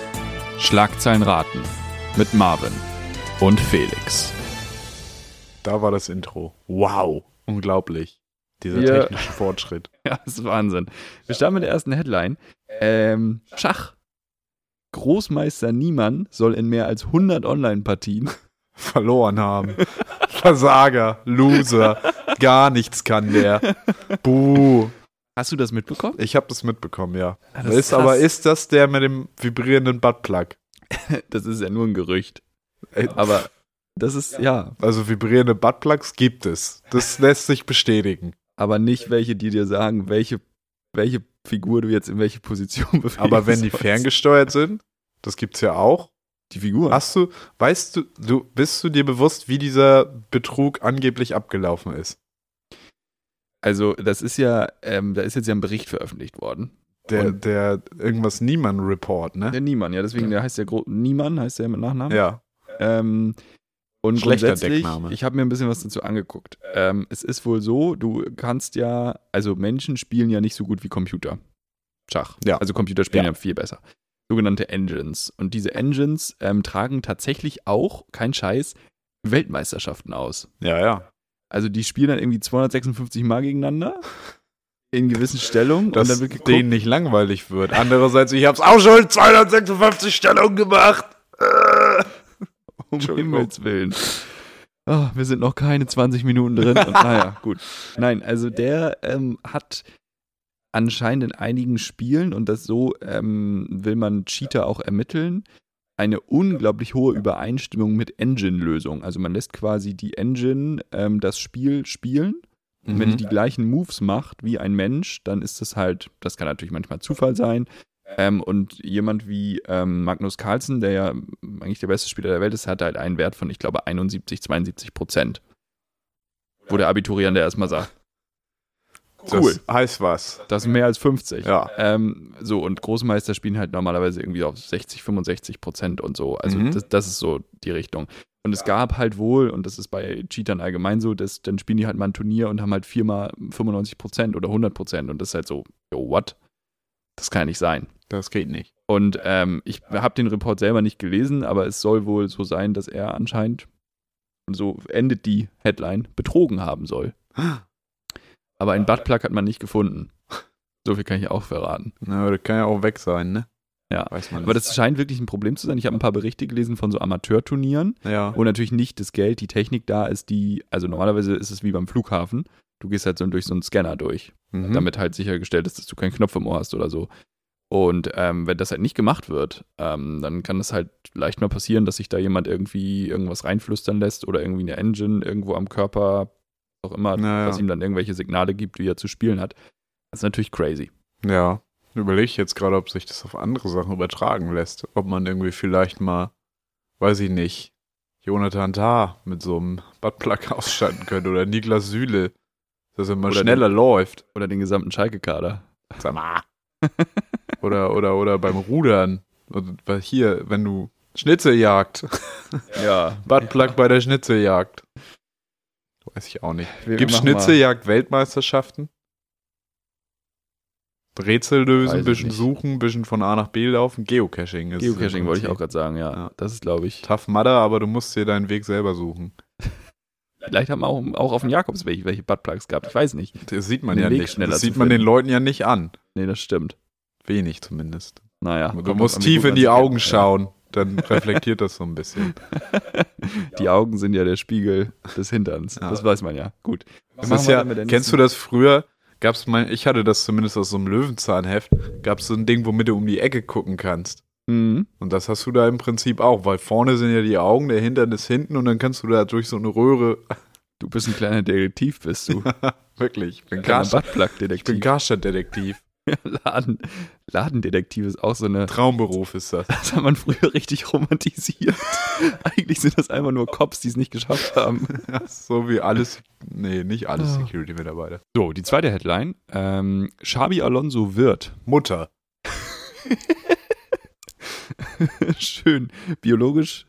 Speaker 2: Schlagzeilen raten mit Marvin und Felix. [laughs]
Speaker 1: Da war das Intro. Wow. Unglaublich. Dieser
Speaker 2: Ja.
Speaker 1: technische Fortschritt.
Speaker 2: Ja, das ist Wahnsinn. Wir starten mit der ersten Headline. Ähm, Schach. Großmeister Niemann soll in mehr als 100 Online-Partien
Speaker 1: Verloren haben. [laughs] Versager. Loser. Gar nichts kann der. Buh.
Speaker 2: Hast du das mitbekommen?
Speaker 1: Ich habe das mitbekommen, ja.
Speaker 2: Ah,
Speaker 1: ist
Speaker 2: krass.
Speaker 1: aber ist das der mit dem vibrierenden Buttplug?
Speaker 2: das ist ja nur ein Gerücht. Äh,
Speaker 1: Ey,
Speaker 2: Aber das ist, ja,
Speaker 1: Also vibrierende Buttplugs
Speaker 2: [laughs]
Speaker 1: gibt es. Das lässt sich bestätigen.
Speaker 2: aber nicht welche, die dir sagen, welche, welche Figur du jetzt in welche Position [laughs] bewegst.
Speaker 1: Aber wenn die ferngesteuert sind, das gibt's ja auch.
Speaker 2: die Figur.
Speaker 1: Hast du, weißt du, du bist du dir bewusst, wie dieser Betrug angeblich abgelaufen ist?
Speaker 2: Also, das ist ja, ähm, da ist jetzt ja ein Bericht veröffentlicht worden.
Speaker 1: Der,
Speaker 2: Und-
Speaker 1: der irgendwas Niemann Report, ne?
Speaker 2: Der Niemann, ja, deswegen, der heißt ja Gro Niemann, heißt der mit Nachnamen.
Speaker 1: Ja.
Speaker 2: Ähm, und
Speaker 1: Schlechter
Speaker 2: grundsätzlich,
Speaker 1: Deckname.
Speaker 2: ich habe mir ein bisschen was dazu angeguckt. Ähm, es ist wohl so, du kannst ja, also Menschen spielen ja nicht so gut wie Computer. Schach.
Speaker 1: Ja.
Speaker 2: Also Computer spielen ja.
Speaker 1: Ja.
Speaker 2: viel besser. Sogenannte Engines. Und diese Engines ähm, tragen tatsächlich auch, kein Scheiß, Weltmeisterschaften aus.
Speaker 1: Ja, ja.
Speaker 2: Also die spielen dann irgendwie 256 Mal gegeneinander in gewissen Stellungen
Speaker 1: Dass
Speaker 2: und dann wird geguckt,
Speaker 1: denen nicht langweilig wird. Andererseits, ich hab's auch schon 256 Stellungen gemacht. Äh.
Speaker 2: um
Speaker 1: Entschuldigung.
Speaker 2: Himmels Willen. Ah, wir sind noch keine 20 Minuten drin. Und, naja, gut. Nein, also der ähm, hat anscheinend in einigen Spielen, und das so ähm, will man Cheater auch ermitteln, eine unglaublich hohe Übereinstimmung mit Engine-Lösungen. Also man lässt quasi die Engine ähm, das Spiel spielen Und
Speaker 1: Mhm.
Speaker 2: Wenn die die gleichen Moves macht wie ein Mensch, dann ist das halt, das kann natürlich manchmal Zufall sein. Ähm, und jemand wie ähm, Magnus Carlsen, der ja eigentlich der beste Spieler der Welt ist, hatte halt einen Wert von, ich glaube, 71, 72 Prozent. Wo der Abiturierende erstmal sagt, cool.
Speaker 1: Das heißt was.
Speaker 2: das sind mehr als 50.
Speaker 1: Ja.
Speaker 2: Ähm, so, und Großmeister spielen halt normalerweise irgendwie auf 60, 65 Prozent und so. Also
Speaker 1: Mhm.
Speaker 2: das, das ist so die Richtung. Und es gab halt wohl, und das ist bei Cheatern allgemein so, dass dann spielen die halt mal ein Turnier und haben halt viermal 95 Prozent oder 100 Prozent. Und das ist halt so, yo, what? Das kann ja nicht sein.
Speaker 1: Das geht nicht.
Speaker 2: Und ähm, ich habe den Report selber nicht gelesen, aber es soll wohl so sein, dass er anscheinend, und so endet die Headline, betrogen haben soll. Aber einen Buttplug hat man nicht gefunden. [laughs] So viel kann ich auch verraten.
Speaker 1: Na, das kann ja auch weg sein, ne?
Speaker 2: Ja.
Speaker 1: Weiß man
Speaker 2: Aber
Speaker 1: nicht.
Speaker 2: das scheint wirklich ein Problem zu sein. Ich habe ein paar Berichte gelesen von so Amateurturnieren,
Speaker 1: Ja.
Speaker 2: wo natürlich nicht das Geld, die Technik da ist, die, also normalerweise ist es wie beim Flughafen. Du gehst halt so durch so einen Scanner durch,
Speaker 1: Mhm.
Speaker 2: damit halt sichergestellt ist, dass du keinen Knopf im Ohr hast oder so. Und ähm, wenn das halt nicht gemacht wird, ähm, dann kann es halt leicht mal passieren, dass sich da jemand irgendwie irgendwas reinflüstern lässt oder irgendwie eine Engine irgendwo am Körper, was auch immer,
Speaker 1: Naja.
Speaker 2: was ihm dann irgendwelche Signale gibt, wie er zu spielen hat. Das ist natürlich crazy.
Speaker 1: Ja. Überlege ich jetzt gerade, ob sich das auf andere Sachen übertragen lässt. Ob man irgendwie vielleicht mal, weiß ich nicht, Jonathan Tah mit so einem Buttplug [laughs] ausstatten könnte oder Niklas Süle, dass er mal
Speaker 2: Oder
Speaker 1: schneller läuft.
Speaker 2: Oder den gesamten Schalke-Kader.
Speaker 1: Sag mal. [laughs] oder, oder, oder beim Rudern. Und weil hier, wenn du Schnitzeljagd,
Speaker 2: ja.
Speaker 1: Buttplug bei der Schnitzeljagd. Weiß ich auch nicht.
Speaker 2: Wir
Speaker 1: Gibt
Speaker 2: machen mal-
Speaker 1: Schnitzeljagd Weltmeisterschaften? Rätsel
Speaker 2: Weiß
Speaker 1: lösen,
Speaker 2: ich
Speaker 1: bisschen
Speaker 2: nicht.
Speaker 1: suchen, bisschen von A nach B laufen. Geocaching ist. es im
Speaker 2: Geocaching wollte ich auch
Speaker 1: Prinzip.
Speaker 2: gerade sagen, ja.
Speaker 1: Ja.
Speaker 2: Das ist, glaube ich.
Speaker 1: Tough Mudder, aber du musst dir deinen Weg selber suchen.
Speaker 2: Vielleicht haben wir auch, auch auf dem Jakobsweg welche Buttplugs gehabt. Ich weiß nicht.
Speaker 1: Das sieht man
Speaker 2: Den
Speaker 1: ja
Speaker 2: Weg
Speaker 1: nicht.
Speaker 2: schneller
Speaker 1: Das
Speaker 2: zu
Speaker 1: sieht man
Speaker 2: finden.
Speaker 1: den Leuten ja nicht an.
Speaker 2: Nee, das stimmt.
Speaker 1: Wenig zumindest.
Speaker 2: Naja.
Speaker 1: Du
Speaker 2: kommt
Speaker 1: musst
Speaker 2: drauf an, wie
Speaker 1: tief
Speaker 2: gut
Speaker 1: in die
Speaker 2: man sich
Speaker 1: Augen
Speaker 2: kennt. [laughs]
Speaker 1: schauen. Dann reflektiert das so ein bisschen.
Speaker 2: Ja. Die Augen sind ja der Spiegel des Hinterns.
Speaker 1: Ja.
Speaker 2: Das weiß man ja. Gut.
Speaker 1: Das ist ja, kennst du das früher? Gab's mal, ich hatte das zumindest aus so einem Löwenzahnheft, gab's so ein Ding, womit du um die Ecke gucken kannst.
Speaker 2: Mhm.
Speaker 1: Und das hast du da im Prinzip auch, weil vorne sind ja die Augen, der Hintern ist hinten und dann kannst du da durch so eine Röhre, [laughs]
Speaker 2: Du bist ein kleiner Detektiv, bist [laughs] du.
Speaker 1: wirklich, ich bin
Speaker 2: Kleiner
Speaker 1: Garstadt- ich bin
Speaker 2: Buttplug-Detektiv.
Speaker 1: Garstadt-Detektiv.
Speaker 2: [laughs] Laden, Ladendetektiv ist auch so eine.
Speaker 1: Traumberuf ist
Speaker 2: [laughs]
Speaker 1: das.
Speaker 2: Das hat man früher richtig romantisiert. [laughs] Eigentlich sind das einfach nur Cops, die es nicht geschafft haben.
Speaker 1: so wie alles, nee, nicht alles
Speaker 2: Ah.
Speaker 1: Security-Mitarbeiter.
Speaker 2: So, die zweite Headline. Ähm, Xabi Alonso wird
Speaker 1: Mutter.
Speaker 2: [laughs] Schön. Biologisch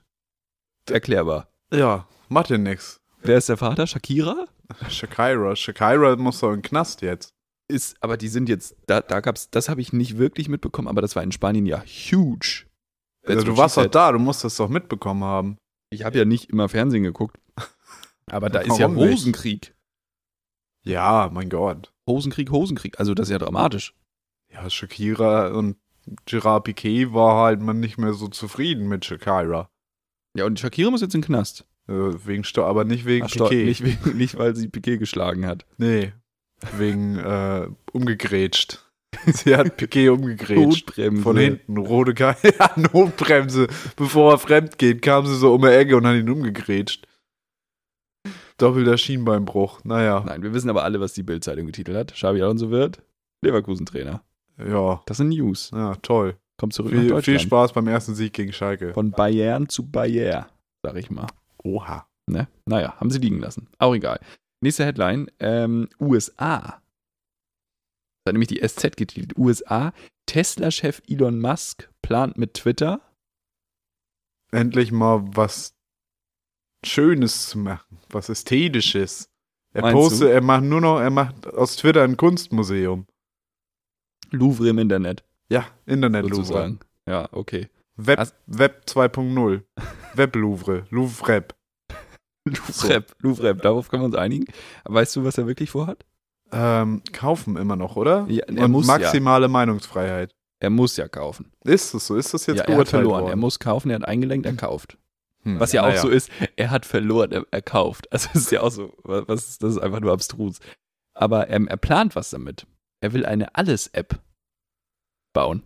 Speaker 2: erklärbar.
Speaker 1: Ja, macht ja nix.
Speaker 2: Wer ist der Vater? Shakira?
Speaker 1: Shakira, Shakira muss doch in den Knast jetzt.
Speaker 2: Ist, aber die sind jetzt, da, da gab's, das habe ich nicht wirklich mitbekommen, aber das war in Spanien ja huge.
Speaker 1: Also,
Speaker 2: That's
Speaker 1: du
Speaker 2: what
Speaker 1: warst
Speaker 2: she
Speaker 1: doch
Speaker 2: said.
Speaker 1: da, du musst das doch mitbekommen haben.
Speaker 2: Ich habe ja nicht immer Fernsehen geguckt. Aber da ist ja
Speaker 1: Warum nicht?
Speaker 2: Rosenkrieg.
Speaker 1: Ja, mein Gott.
Speaker 2: Rosenkrieg, Hosenkrieg. Also das ist ja dramatisch.
Speaker 1: Ja, Shakira und Gerard Piquet war halt man nicht mehr so zufrieden mit Shakira.
Speaker 2: Ja, und Shakira muss jetzt in den Knast.
Speaker 1: Äh, Wegen Steu aber nicht wegen
Speaker 2: Ach, stopp,
Speaker 1: Piquet.
Speaker 2: Nicht, wegen- [laughs] nicht, weil sie Piquet geschlagen hat.
Speaker 1: Nee, wegen äh, umgegrätscht. [laughs] Sie hat Piquet umgegrätscht.
Speaker 2: Notbremse.
Speaker 1: Von hinten, rote Karte, [laughs] ja, Notbremse. Bevor er fremd geht, kam sie so um die Ecke und hat ihn umgegrätscht. Doppelter Schienbeinbruch, naja.
Speaker 2: Nein, wir wissen aber alle, was die Bildzeitung getitelt hat. Xabi Alonso wird Leverkusen-Trainer.
Speaker 1: Ja,
Speaker 2: Das sind News.
Speaker 1: ja toll.
Speaker 2: Kommt zurück nach
Speaker 1: Viel,
Speaker 2: Deutschland.
Speaker 1: viel Spaß beim ersten Sieg gegen Schalke.
Speaker 2: Von Bayern zu Bayern, sag ich mal.
Speaker 1: Oha.
Speaker 2: Ne? Naja, haben sie liegen lassen. Auch egal. Nächste Headline: ähm, USA. Das hat nämlich die SZ getitelt. USA. Tesla-Chef Elon Musk plant mit Twitter.
Speaker 1: Endlich mal was Schönes zu machen, was Ästhetisches. Er
Speaker 2: Meinst
Speaker 1: postet,
Speaker 2: du?
Speaker 1: er macht nur noch, er macht aus Twitter ein Kunstmuseum.
Speaker 2: Louvre im Internet,
Speaker 1: Ja, Internet-Louvre.
Speaker 2: sozusagen. Ja, okay.
Speaker 1: Web,
Speaker 2: As-
Speaker 1: Web 2.0. Web-Louvre. Louvre.
Speaker 2: Louvre, Louvre, darauf können wir uns einigen. Weißt du, was er wirklich vorhat?
Speaker 1: Ähm, kaufen immer noch, oder?
Speaker 2: Ja, er
Speaker 1: Und
Speaker 2: muss ja.
Speaker 1: maximale Meinungsfreiheit.
Speaker 2: Er muss ja kaufen.
Speaker 1: Ist es so? Ist das jetzt
Speaker 2: ja, er hat
Speaker 1: beurteilt
Speaker 2: verloren. Er
Speaker 1: worden?
Speaker 2: muss kaufen, er hat eingelenkt, er kauft.
Speaker 1: Hm,
Speaker 2: Was ja auch
Speaker 1: naja.
Speaker 2: so ist, er hat verloren, er, er kauft. Also es ist ja auch so, wa- was, das ist einfach nur abstrus. Aber ähm, er plant was damit. Er will eine Alles-App bauen.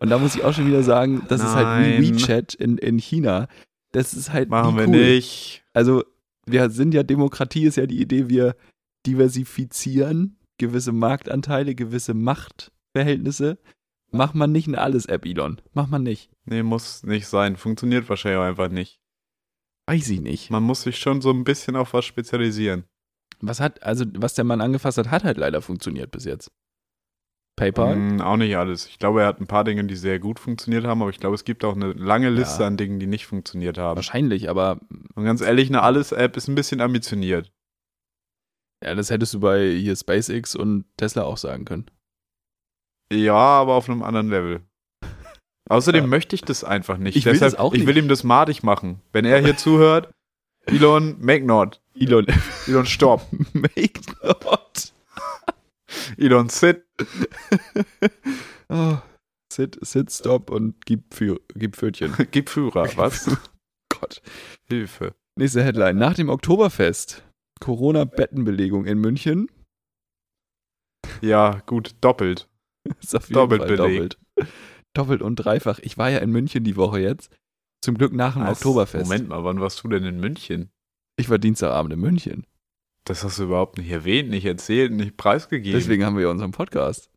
Speaker 2: Und da muss ich auch schon wieder sagen, das ist halt wie
Speaker 1: Nein.
Speaker 2: WeChat in, in China. Das ist halt
Speaker 1: Machen
Speaker 2: nie
Speaker 1: wir
Speaker 2: cool.
Speaker 1: nicht.
Speaker 2: Also wir sind ja, Demokratie ist ja die Idee, wir diversifizieren gewisse Marktanteile, gewisse Machtverhältnisse. Mach man nicht eine Alles-App, Elon. Mach man nicht.
Speaker 1: Nee, muss nicht sein. Funktioniert wahrscheinlich auch einfach nicht.
Speaker 2: Weiß ich nicht.
Speaker 1: Man muss sich schon so ein bisschen auf was spezialisieren.
Speaker 2: Was hat, also was der Mann angefasst hat, hat halt leider funktioniert bis jetzt. PayPal?
Speaker 1: Hm, auch nicht alles. Ich glaube, er hat ein paar Dinge, die sehr gut funktioniert haben, aber ich glaube, es gibt auch eine lange Liste
Speaker 2: Ja.
Speaker 1: an Dingen, die nicht funktioniert haben.
Speaker 2: Wahrscheinlich, aber
Speaker 1: Und ganz ehrlich, eine Alles-App ist ein bisschen ambitioniert.
Speaker 2: ja, das hättest du bei hier SpaceX und Tesla auch sagen können.
Speaker 1: Ja, aber auf einem anderen
Speaker 2: [laughs]
Speaker 1: Level. Außerdem
Speaker 2: Ja.
Speaker 1: möchte ich das einfach nicht.
Speaker 2: Ich will das auch
Speaker 1: Ich will
Speaker 2: nicht.
Speaker 1: ihm das madig machen. Wenn er hier zuhört, Elon, make not.
Speaker 2: Elon, [laughs]
Speaker 1: Elon, stopp.
Speaker 2: make not.
Speaker 1: Elon, sit.
Speaker 2: Oh, sit, sit, stop und gib, Fü gib
Speaker 1: [laughs]
Speaker 2: Pfötchen.
Speaker 1: Gib Führer, was?
Speaker 2: Gott.
Speaker 1: Hilfe.
Speaker 2: Nächste Headline. Nach dem Oktoberfest. Corona-Bettenbelegung in München. [laughs]
Speaker 1: Ja, gut, doppelt.
Speaker 2: Ist auf jeden
Speaker 1: Doppelt belegt.
Speaker 2: doppelt. Doppelt und dreifach. Ich war ja in München die Woche jetzt. Zum Glück nach dem
Speaker 1: Was?
Speaker 2: Oktoberfest.
Speaker 1: Moment mal, wann warst du denn in München?
Speaker 2: Ich war Dienstagabend in München.
Speaker 1: Das hast du überhaupt nicht erwähnt, nicht erzählt, nicht preisgegeben.
Speaker 2: Deswegen haben wir ja unseren Podcast.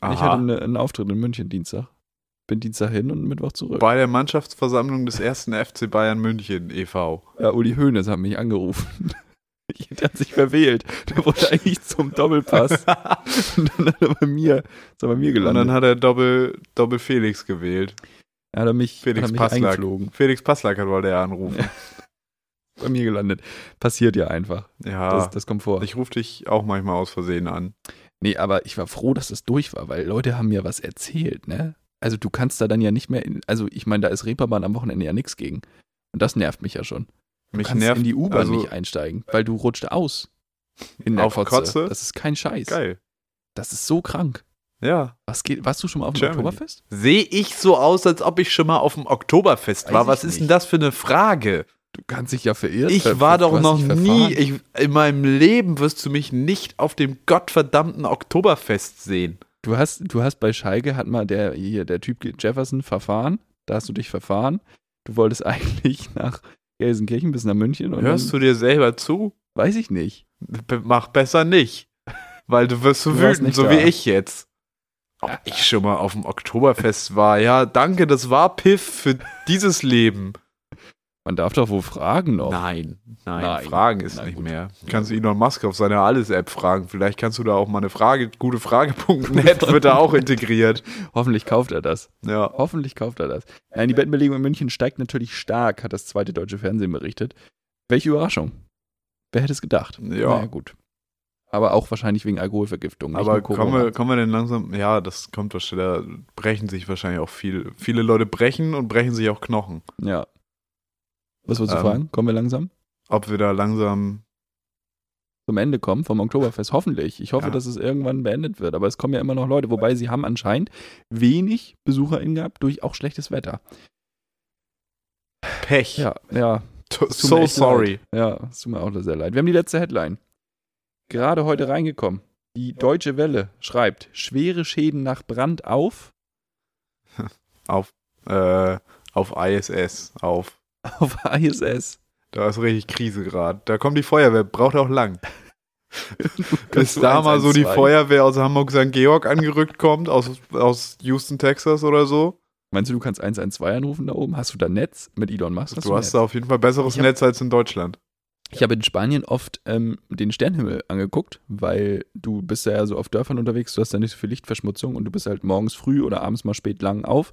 Speaker 1: Aha.
Speaker 2: Ich hatte eine, einen Auftritt in München Dienstag. Bin Dienstag hin und Mittwoch zurück.
Speaker 1: bei der Mannschaftsversammlung des ersten FC Bayern München e e.V.
Speaker 2: Ja, Uli Hoeneß hat mich angerufen. [laughs] Der hat sich verwählt. Der wurde eigentlich zum
Speaker 1: [laughs]
Speaker 2: Doppelpass. Und dann hat er bei mir, ist er bei mir
Speaker 1: Und
Speaker 2: gelandet.
Speaker 1: dann hat er Doppel, Doppel Felix gewählt.
Speaker 2: Ja, hat er mich,
Speaker 1: Felix
Speaker 2: hat er mich
Speaker 1: Passlack.
Speaker 2: eingeflogen.
Speaker 1: Felix Passlack hat wollte er anrufen.
Speaker 2: Bei mir gelandet. Passiert ja einfach.
Speaker 1: Ja,
Speaker 2: [laughs] Das, das kommt vor.
Speaker 1: Ah. ich rufe dich auch manchmal aus Versehen an.
Speaker 2: Nee, aber ich war froh, dass das durch war, weil Leute haben mir was erzählt, ne? Also du kannst da dann ja nicht mehr, in, also ich meine, da ist Reeperbahn am Wochenende ja nichts gegen. Und das nervt mich ja schon. Du
Speaker 1: Mich
Speaker 2: kannst
Speaker 1: nervt
Speaker 2: in die U-Bahn
Speaker 1: also-
Speaker 2: nicht einsteigen, weil du rutscht aus. In der
Speaker 1: Auf
Speaker 2: Kotze.
Speaker 1: Kotze?
Speaker 2: Das ist kein Scheiß.
Speaker 1: Geil.
Speaker 2: Das ist so krank.
Speaker 1: Ja.
Speaker 2: Was geht, warst du schon mal auf dem
Speaker 1: Germany.
Speaker 2: Oktoberfest?
Speaker 1: Sehe ich so aus, als ob ich schon mal auf dem Oktoberfest
Speaker 2: Weiß
Speaker 1: war?
Speaker 2: ich
Speaker 1: Was ist
Speaker 2: nicht.
Speaker 1: denn das für eine Frage?
Speaker 2: Du kannst dich ja verirren.
Speaker 1: Ich
Speaker 2: Äh,
Speaker 1: war
Speaker 2: du
Speaker 1: doch
Speaker 2: hast
Speaker 1: noch
Speaker 2: dich
Speaker 1: nie,
Speaker 2: verfahren.
Speaker 1: ich, in meinem Leben wirst du mich nicht auf dem gottverdammten Oktoberfest sehen.
Speaker 2: Du hast, du hast bei Schalke hat mal der hier der Typ Jefferson verfahren. Da hast du dich verfahren. Du wolltest [laughs] eigentlich nach Gelsenkirchen bis nach München. Und
Speaker 1: Hörst du dir selber zu?
Speaker 2: Dann, weiß ich nicht.
Speaker 1: B- Mach besser nicht, weil du wirst so
Speaker 2: Du warst
Speaker 1: wütend,
Speaker 2: nicht
Speaker 1: so
Speaker 2: da.
Speaker 1: wie ich jetzt. Ob ich schon mal auf dem Oktoberfest war, ja, danke, das war Piff für dieses Leben.
Speaker 2: Man darf doch wohl fragen noch.
Speaker 1: Nein, nein,
Speaker 2: Nein.
Speaker 1: Fragen ist
Speaker 2: Na
Speaker 1: nicht
Speaker 2: gut.
Speaker 1: mehr. Kannst du Elon Musk auf seiner Alles-App fragen? Vielleicht kannst du da auch mal eine Frage, gute Frage.net
Speaker 2: [laughs]
Speaker 1: wird da auch integriert.
Speaker 2: Hoffentlich kauft er das.
Speaker 1: Ja.
Speaker 2: Hoffentlich kauft er das. Nein, die Bettenbelegung in München steigt natürlich stark, hat das zweite deutsche Fernsehen berichtet. Welche Überraschung. Wer hätte es gedacht?
Speaker 1: Ja.
Speaker 2: Naja, gut. Aber auch wahrscheinlich wegen Alkoholvergiftung. nicht
Speaker 1: Aber
Speaker 2: nur Corona.
Speaker 1: kommen wir, kommen wir denn langsam, ja, das kommt wahrscheinlich, da brechen sich wahrscheinlich auch viele, viele Leute brechen und brechen sich auch Knochen.
Speaker 2: Ja. Was wolltest du
Speaker 1: Ähm.
Speaker 2: fragen? Kommen wir langsam?
Speaker 1: Ob wir da langsam,
Speaker 2: Zum Ende kommen vom Oktoberfest. Hoffentlich. Ich hoffe,
Speaker 1: Ja.
Speaker 2: dass es irgendwann beendet wird. Aber es kommen ja immer noch Leute. Wobei sie haben anscheinend wenig BesucherInnen gehabt durch auch schlechtes Wetter.
Speaker 1: Pech.
Speaker 2: Ja, ja.
Speaker 1: T-
Speaker 2: Es tut mir
Speaker 1: So
Speaker 2: echt
Speaker 1: sorry.
Speaker 2: Leid. Ja, es tut mir auch sehr leid. Wir haben die letzte Headline. Gerade heute reingekommen. Die Deutsche Welle schreibt, schwere Schäden nach Brand auf, [laughs]
Speaker 1: Äh, auf ISS, auf.
Speaker 2: auf ISS.
Speaker 1: Da ist richtig Krise gerade. Da kommt die Feuerwehr, braucht auch lang. Bis da mal so die Feuerwehr aus Hamburg St. Georg angerückt kommt, aus, aus Houston, Texas oder so.
Speaker 2: Meinst du, du kannst 112 anrufen da oben? Hast du da Netz mit Elon Musk?
Speaker 1: Du hast
Speaker 2: Netz?
Speaker 1: da auf jeden Fall besseres
Speaker 2: Ich hab-
Speaker 1: Netz als in Deutschland.
Speaker 2: Ich habe in Spanien oft ähm, den Sternenhimmel angeguckt, weil du bist ja so auf Dörfern unterwegs, du hast da nicht so viel Lichtverschmutzung und du bist halt morgens früh oder abends mal spät lang auf.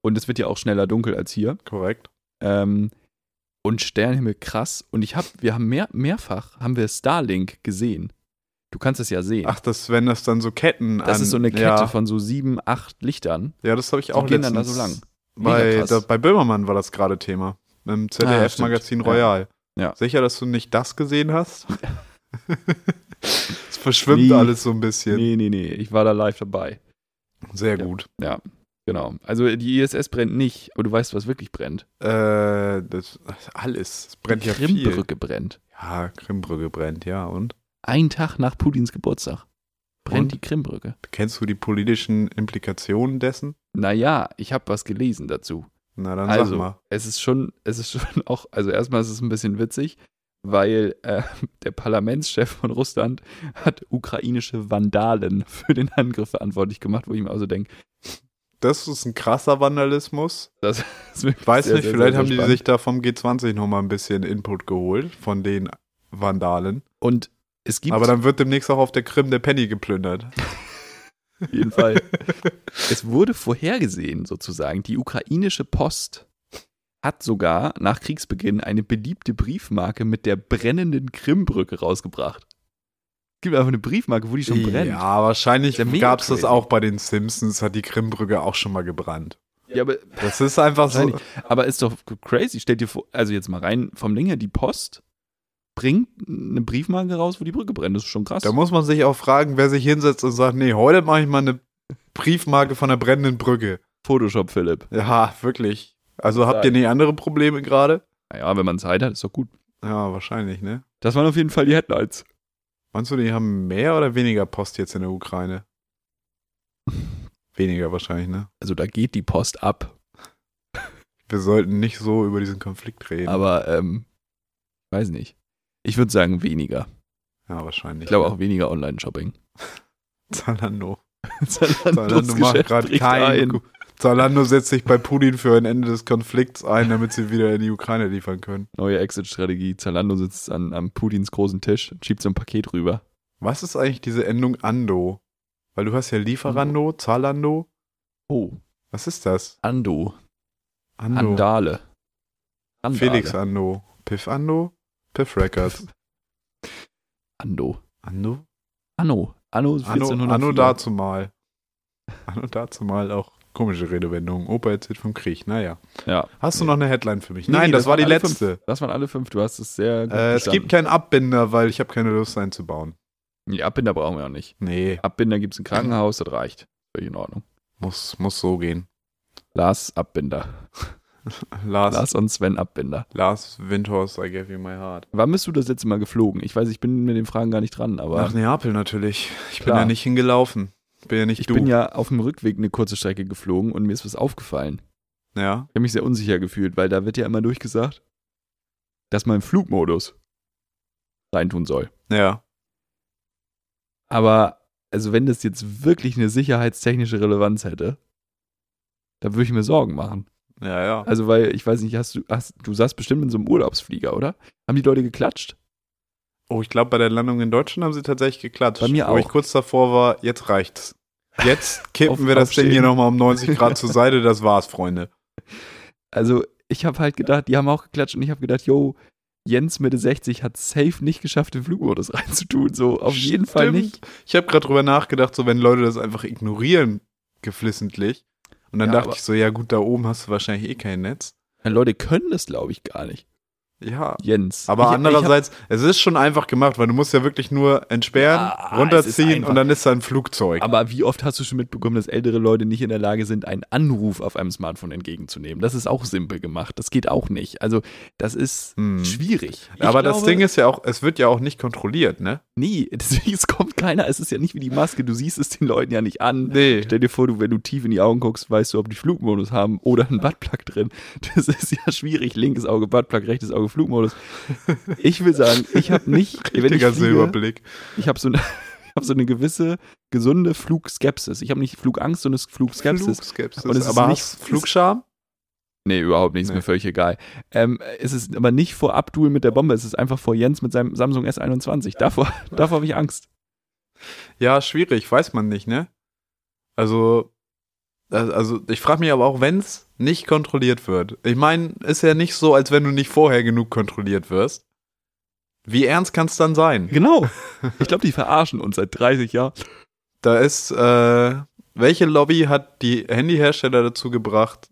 Speaker 2: Und es wird ja auch schneller dunkel als hier.
Speaker 1: Korrekt.
Speaker 2: Ähm, und Sternenhimmel krass. Und ich habe, wir haben mehr, mehrfach haben wir Starlink gesehen. Du kannst es ja sehen.
Speaker 1: Ach, das, wenn das dann so Ketten
Speaker 2: das
Speaker 1: an-
Speaker 2: ist so eine Kette
Speaker 1: ja,
Speaker 2: von so sieben, acht Lichtern.
Speaker 1: Ja, das habe ich
Speaker 2: Die
Speaker 1: auch
Speaker 2: gehen dann da
Speaker 1: letztens-
Speaker 2: so lang. Mega
Speaker 1: Bei,
Speaker 2: krass. Ah,
Speaker 1: da, bei Böhmermann war das gerade Thema. Im
Speaker 2: stimmt.
Speaker 1: ZDF-Magazin
Speaker 2: Ja.
Speaker 1: Royal.
Speaker 2: Ja.
Speaker 1: Sicher, dass du nicht das gesehen
Speaker 2: [laughs]
Speaker 1: hast? es verschwimmt
Speaker 2: Nee.
Speaker 1: alles so ein bisschen.
Speaker 2: Nee, nee, nee. Ich war da live dabei.
Speaker 1: Sehr
Speaker 2: Ja.
Speaker 1: gut.
Speaker 2: Genau. Also die ISS brennt nicht, aber du weißt, was wirklich brennt.
Speaker 1: Äh, das, alles. Es brennt
Speaker 2: die
Speaker 1: ja viel.
Speaker 2: Krimbrücke brennt.
Speaker 1: Ja, Krimbrücke brennt, ja. Und
Speaker 2: Ein Tag nach Putins Geburtstag brennt
Speaker 1: Und?
Speaker 2: die Krimbrücke.
Speaker 1: kennst du die politischen Implikationen dessen?
Speaker 2: Naja, ich habe was gelesen dazu.
Speaker 1: Na, dann
Speaker 2: Also,
Speaker 1: sag mal.
Speaker 2: es ist schon, es ist [laughs] schon auch, also erstmal ist es ein bisschen witzig, weil äh, der Parlamentschef von Russland hat ukrainische Vandalen für den Angriff verantwortlich gemacht, wo ich mir also denke,
Speaker 1: Das ist ein krasser Vandalismus.
Speaker 2: das [laughs] ist wirklich
Speaker 1: Weiß
Speaker 2: sehr,
Speaker 1: nicht,
Speaker 2: sehr,
Speaker 1: vielleicht
Speaker 2: sehr,
Speaker 1: haben
Speaker 2: sehr
Speaker 1: die
Speaker 2: spannend.
Speaker 1: sich da vom G20 nochmal ein bisschen Input geholt, von den Vandalen.
Speaker 2: Und es gibt
Speaker 1: Aber dann wird demnächst auch auf der Krim der Penny geplündert.
Speaker 2: auf
Speaker 1: [laughs]
Speaker 2: jeden Fall. es wurde vorhergesehen, sozusagen. Die ukrainische Post hat sogar nach Kriegsbeginn eine beliebte Briefmarke mit der brennenden Krimbrücke rausgebracht. Es gibt einfach eine Briefmarke, wo die schon brennt.
Speaker 1: Ja, wahrscheinlich
Speaker 2: Ist ja mega
Speaker 1: gab es das
Speaker 2: crazy.
Speaker 1: auch bei den Simpsons, hat die Krimbrücke auch schon mal gebrannt.
Speaker 2: ja aber
Speaker 1: Das ist einfach so.
Speaker 2: Wahrscheinlich. Aber ist doch crazy. Stell dir vor, also jetzt mal rein vom Ding her, die Post bringt eine Briefmarke raus, wo die Brücke brennt. Das ist schon krass.
Speaker 1: Da muss man sich auch fragen, wer sich hinsetzt und sagt, nee, heute mache ich mal eine Briefmarke von der brennenden Brücke.
Speaker 2: Photoshop, Philipp.
Speaker 1: Ja, wirklich. Also habt ihr
Speaker 2: Sagen.
Speaker 1: nicht andere Probleme gerade?
Speaker 2: Naja, wenn man Zeit hat, ist doch gut.
Speaker 1: Ja, wahrscheinlich, ne?
Speaker 2: Das waren auf jeden Fall die Headlights.
Speaker 1: Meinst du, die haben mehr oder weniger Post jetzt in der Ukraine? Weniger wahrscheinlich, ne?
Speaker 2: Also da geht die Post ab.
Speaker 1: Wir sollten nicht so über diesen Konflikt reden.
Speaker 2: Aber, ähm, weiß nicht. Ich würde sagen weniger.
Speaker 1: ja, wahrscheinlich. ne?
Speaker 2: Ich glaube auch weniger Online-Shopping. [laughs]
Speaker 1: Zalando. Zalando
Speaker 2: Zalandos
Speaker 1: macht
Speaker 2: Geschäft
Speaker 1: gerade
Speaker 2: bricht
Speaker 1: keinen.
Speaker 2: ein.
Speaker 1: Ku- Zalando setzt sich bei Putin für ein Ende des Konflikts ein, damit sie wieder in die Ukraine liefern können.
Speaker 2: Neue Exit-Strategie. Zalando sitzt an, an Putins großen Tisch, schiebt so ein Paket rüber.
Speaker 1: Was ist eigentlich diese Endung Ando? Weil du hast ja Lieferando, Zalando.
Speaker 2: Oh,
Speaker 1: Was ist das?
Speaker 2: Ando.
Speaker 1: Ando.
Speaker 2: Andale. Andale.
Speaker 1: Felix Ando. Piff Ando. Piff Records.
Speaker 2: Ando.
Speaker 1: Ando?
Speaker 2: Anno.
Speaker 1: Anno,
Speaker 2: Anno 1404.
Speaker 1: Anno dazu mal. Anno dazu mal auch komische Redewendungen. Opa erzählt vom Krieg. Naja.
Speaker 2: Ja.
Speaker 1: Hast du
Speaker 2: Nee.
Speaker 1: noch eine Headline für mich?
Speaker 2: Nee,
Speaker 1: Nein,
Speaker 2: nee,
Speaker 1: das,
Speaker 2: das
Speaker 1: war die
Speaker 2: waren alle fünf.
Speaker 1: letzte.
Speaker 2: Das waren alle fünf. Du hast es sehr gut
Speaker 1: Äh, es gibt
Speaker 2: bestanden.
Speaker 1: keinen Abbinder, weil ich habe keine Lust einzubauen.
Speaker 2: Die Abbinder brauchen wir auch nicht.
Speaker 1: Nee,
Speaker 2: Abbinder gibt es im Krankenhaus, das reicht. Völlig in Ordnung.
Speaker 1: muss, muss so gehen.
Speaker 2: Lars Abbinder.
Speaker 1: Lars, Lars,
Speaker 2: Lars und Sven Abbinder.
Speaker 1: Windhorst, I gave you my heart.
Speaker 2: Wann bist du das letzte Mal geflogen? Ich weiß, ich bin mit den Fragen gar nicht dran, aber
Speaker 1: Nach Neapel natürlich. Ich bin
Speaker 2: Klar.
Speaker 1: ja nicht hingelaufen. Bin ja nicht
Speaker 2: ich
Speaker 1: du.
Speaker 2: bin ja auf dem Rückweg eine kurze Strecke geflogen und mir ist was aufgefallen.
Speaker 1: ja.
Speaker 2: Ich habe mich sehr unsicher gefühlt, weil da wird ja immer durchgesagt, dass man im Flugmodus reintun soll.
Speaker 1: Ja.
Speaker 2: Aber also wenn das jetzt wirklich eine sicherheitstechnische Relevanz hätte, dann würde ich mir Sorgen machen.
Speaker 1: Ja, ja.
Speaker 2: Also weil ich weiß nicht, hast du hast, du saßt bestimmt in so einem Urlaubsflieger, oder? Haben die Leute geklatscht?
Speaker 1: Oh, ich glaube, bei der Landung in Deutschland haben sie tatsächlich geklatscht.
Speaker 2: Bei mir
Speaker 1: Wo ich
Speaker 2: auch.
Speaker 1: kurz davor war, jetzt reicht's.
Speaker 2: [laughs]
Speaker 1: Jetzt kippen
Speaker 2: Auf-
Speaker 1: wir das Ding
Speaker 2: aufstehen.
Speaker 1: hier nochmal um 90 Grad zur Seite. Das war's, Freunde.
Speaker 2: Also ich habe halt gedacht, die haben auch geklatscht und ich habe gedacht, yo, Jens Mitte 60 hat safe nicht geschafft, den Flugmodus [laughs] reinzutun. So auf jeden Fall
Speaker 1: Stimmt.
Speaker 2: nicht.
Speaker 1: Ich habe gerade drüber nachgedacht, so wenn Leute das einfach ignorieren, geflissentlich. Und dann
Speaker 2: Ja,
Speaker 1: dachte
Speaker 2: aber-
Speaker 1: ich so, ja gut, da oben hast du wahrscheinlich eh kein Netz.
Speaker 2: Ja, Leute können das, glaube ich, gar nicht.
Speaker 1: Ja,
Speaker 2: Jens.
Speaker 1: Aber
Speaker 2: ich,
Speaker 1: andererseits, es ist schon einfach gemacht, weil du musst ja wirklich nur entsperren,
Speaker 2: Ja, es ist
Speaker 1: runterziehen
Speaker 2: einfach.
Speaker 1: und dann ist da ein
Speaker 2: Ich
Speaker 1: Flugzeug.
Speaker 2: hab, aber wie oft hast du schon mitbekommen, dass ältere Leute nicht in der Lage sind, einen Anruf auf einem Smartphone entgegenzunehmen? Das ist auch simpel gemacht. Das geht auch nicht. Also das ist
Speaker 1: Hm.
Speaker 2: schwierig. Ich
Speaker 1: aber das
Speaker 2: glaube,
Speaker 1: Ding ist ja auch, es wird ja auch nicht kontrolliert, ne?
Speaker 2: Nee, [laughs] deswegen, es kommt keiner. Es ist ja nicht wie die Maske. Du siehst es den Leuten ja nicht an.
Speaker 1: Nee.
Speaker 2: Stell dir vor, du, wenn du tief in die Augen guckst, weißt du, ob die Flugmodus haben oder einen Buttplug drin. Das ist ja schwierig. Linkes Auge Buttplug, rechtes Auge Entschuldigung, Flugmodus. Ich will sagen, ich habe nicht, wenn
Speaker 1: [laughs]
Speaker 2: ich
Speaker 1: Richtiger
Speaker 2: fliege,
Speaker 1: Silberblick.
Speaker 2: ich habe so, eine- [laughs] ich hab so eine gewisse gesunde Flugskepsis. Ich habe nicht Flugangst, sondern Flugskepsis.
Speaker 1: Flugskepsis.
Speaker 2: Und es ist
Speaker 1: Aber
Speaker 2: nicht-
Speaker 1: hast Flugscham?
Speaker 2: Nee, überhaupt nicht, ist
Speaker 1: Nee.
Speaker 2: mir völlig egal. Ähm, es ist aber nicht vor Abdul mit der Bombe, es ist einfach vor Jens mit seinem Samsung S21. Davor, [laughs] davor habe ich Angst.
Speaker 1: Ja, schwierig, weiß man nicht, ne? Also, also- also ich frage mich aber auch, wenn es nicht kontrolliert wird. Ich meine, ist ja nicht so, als wenn du nicht vorher genug kontrolliert wirst. Wie ernst kann es dann sein?
Speaker 2: Genau. [laughs] Ich glaube, die verarschen uns seit 30 Jahren.
Speaker 1: Da ist, äh, welche Lobby hat die Handyhersteller dazu gebracht,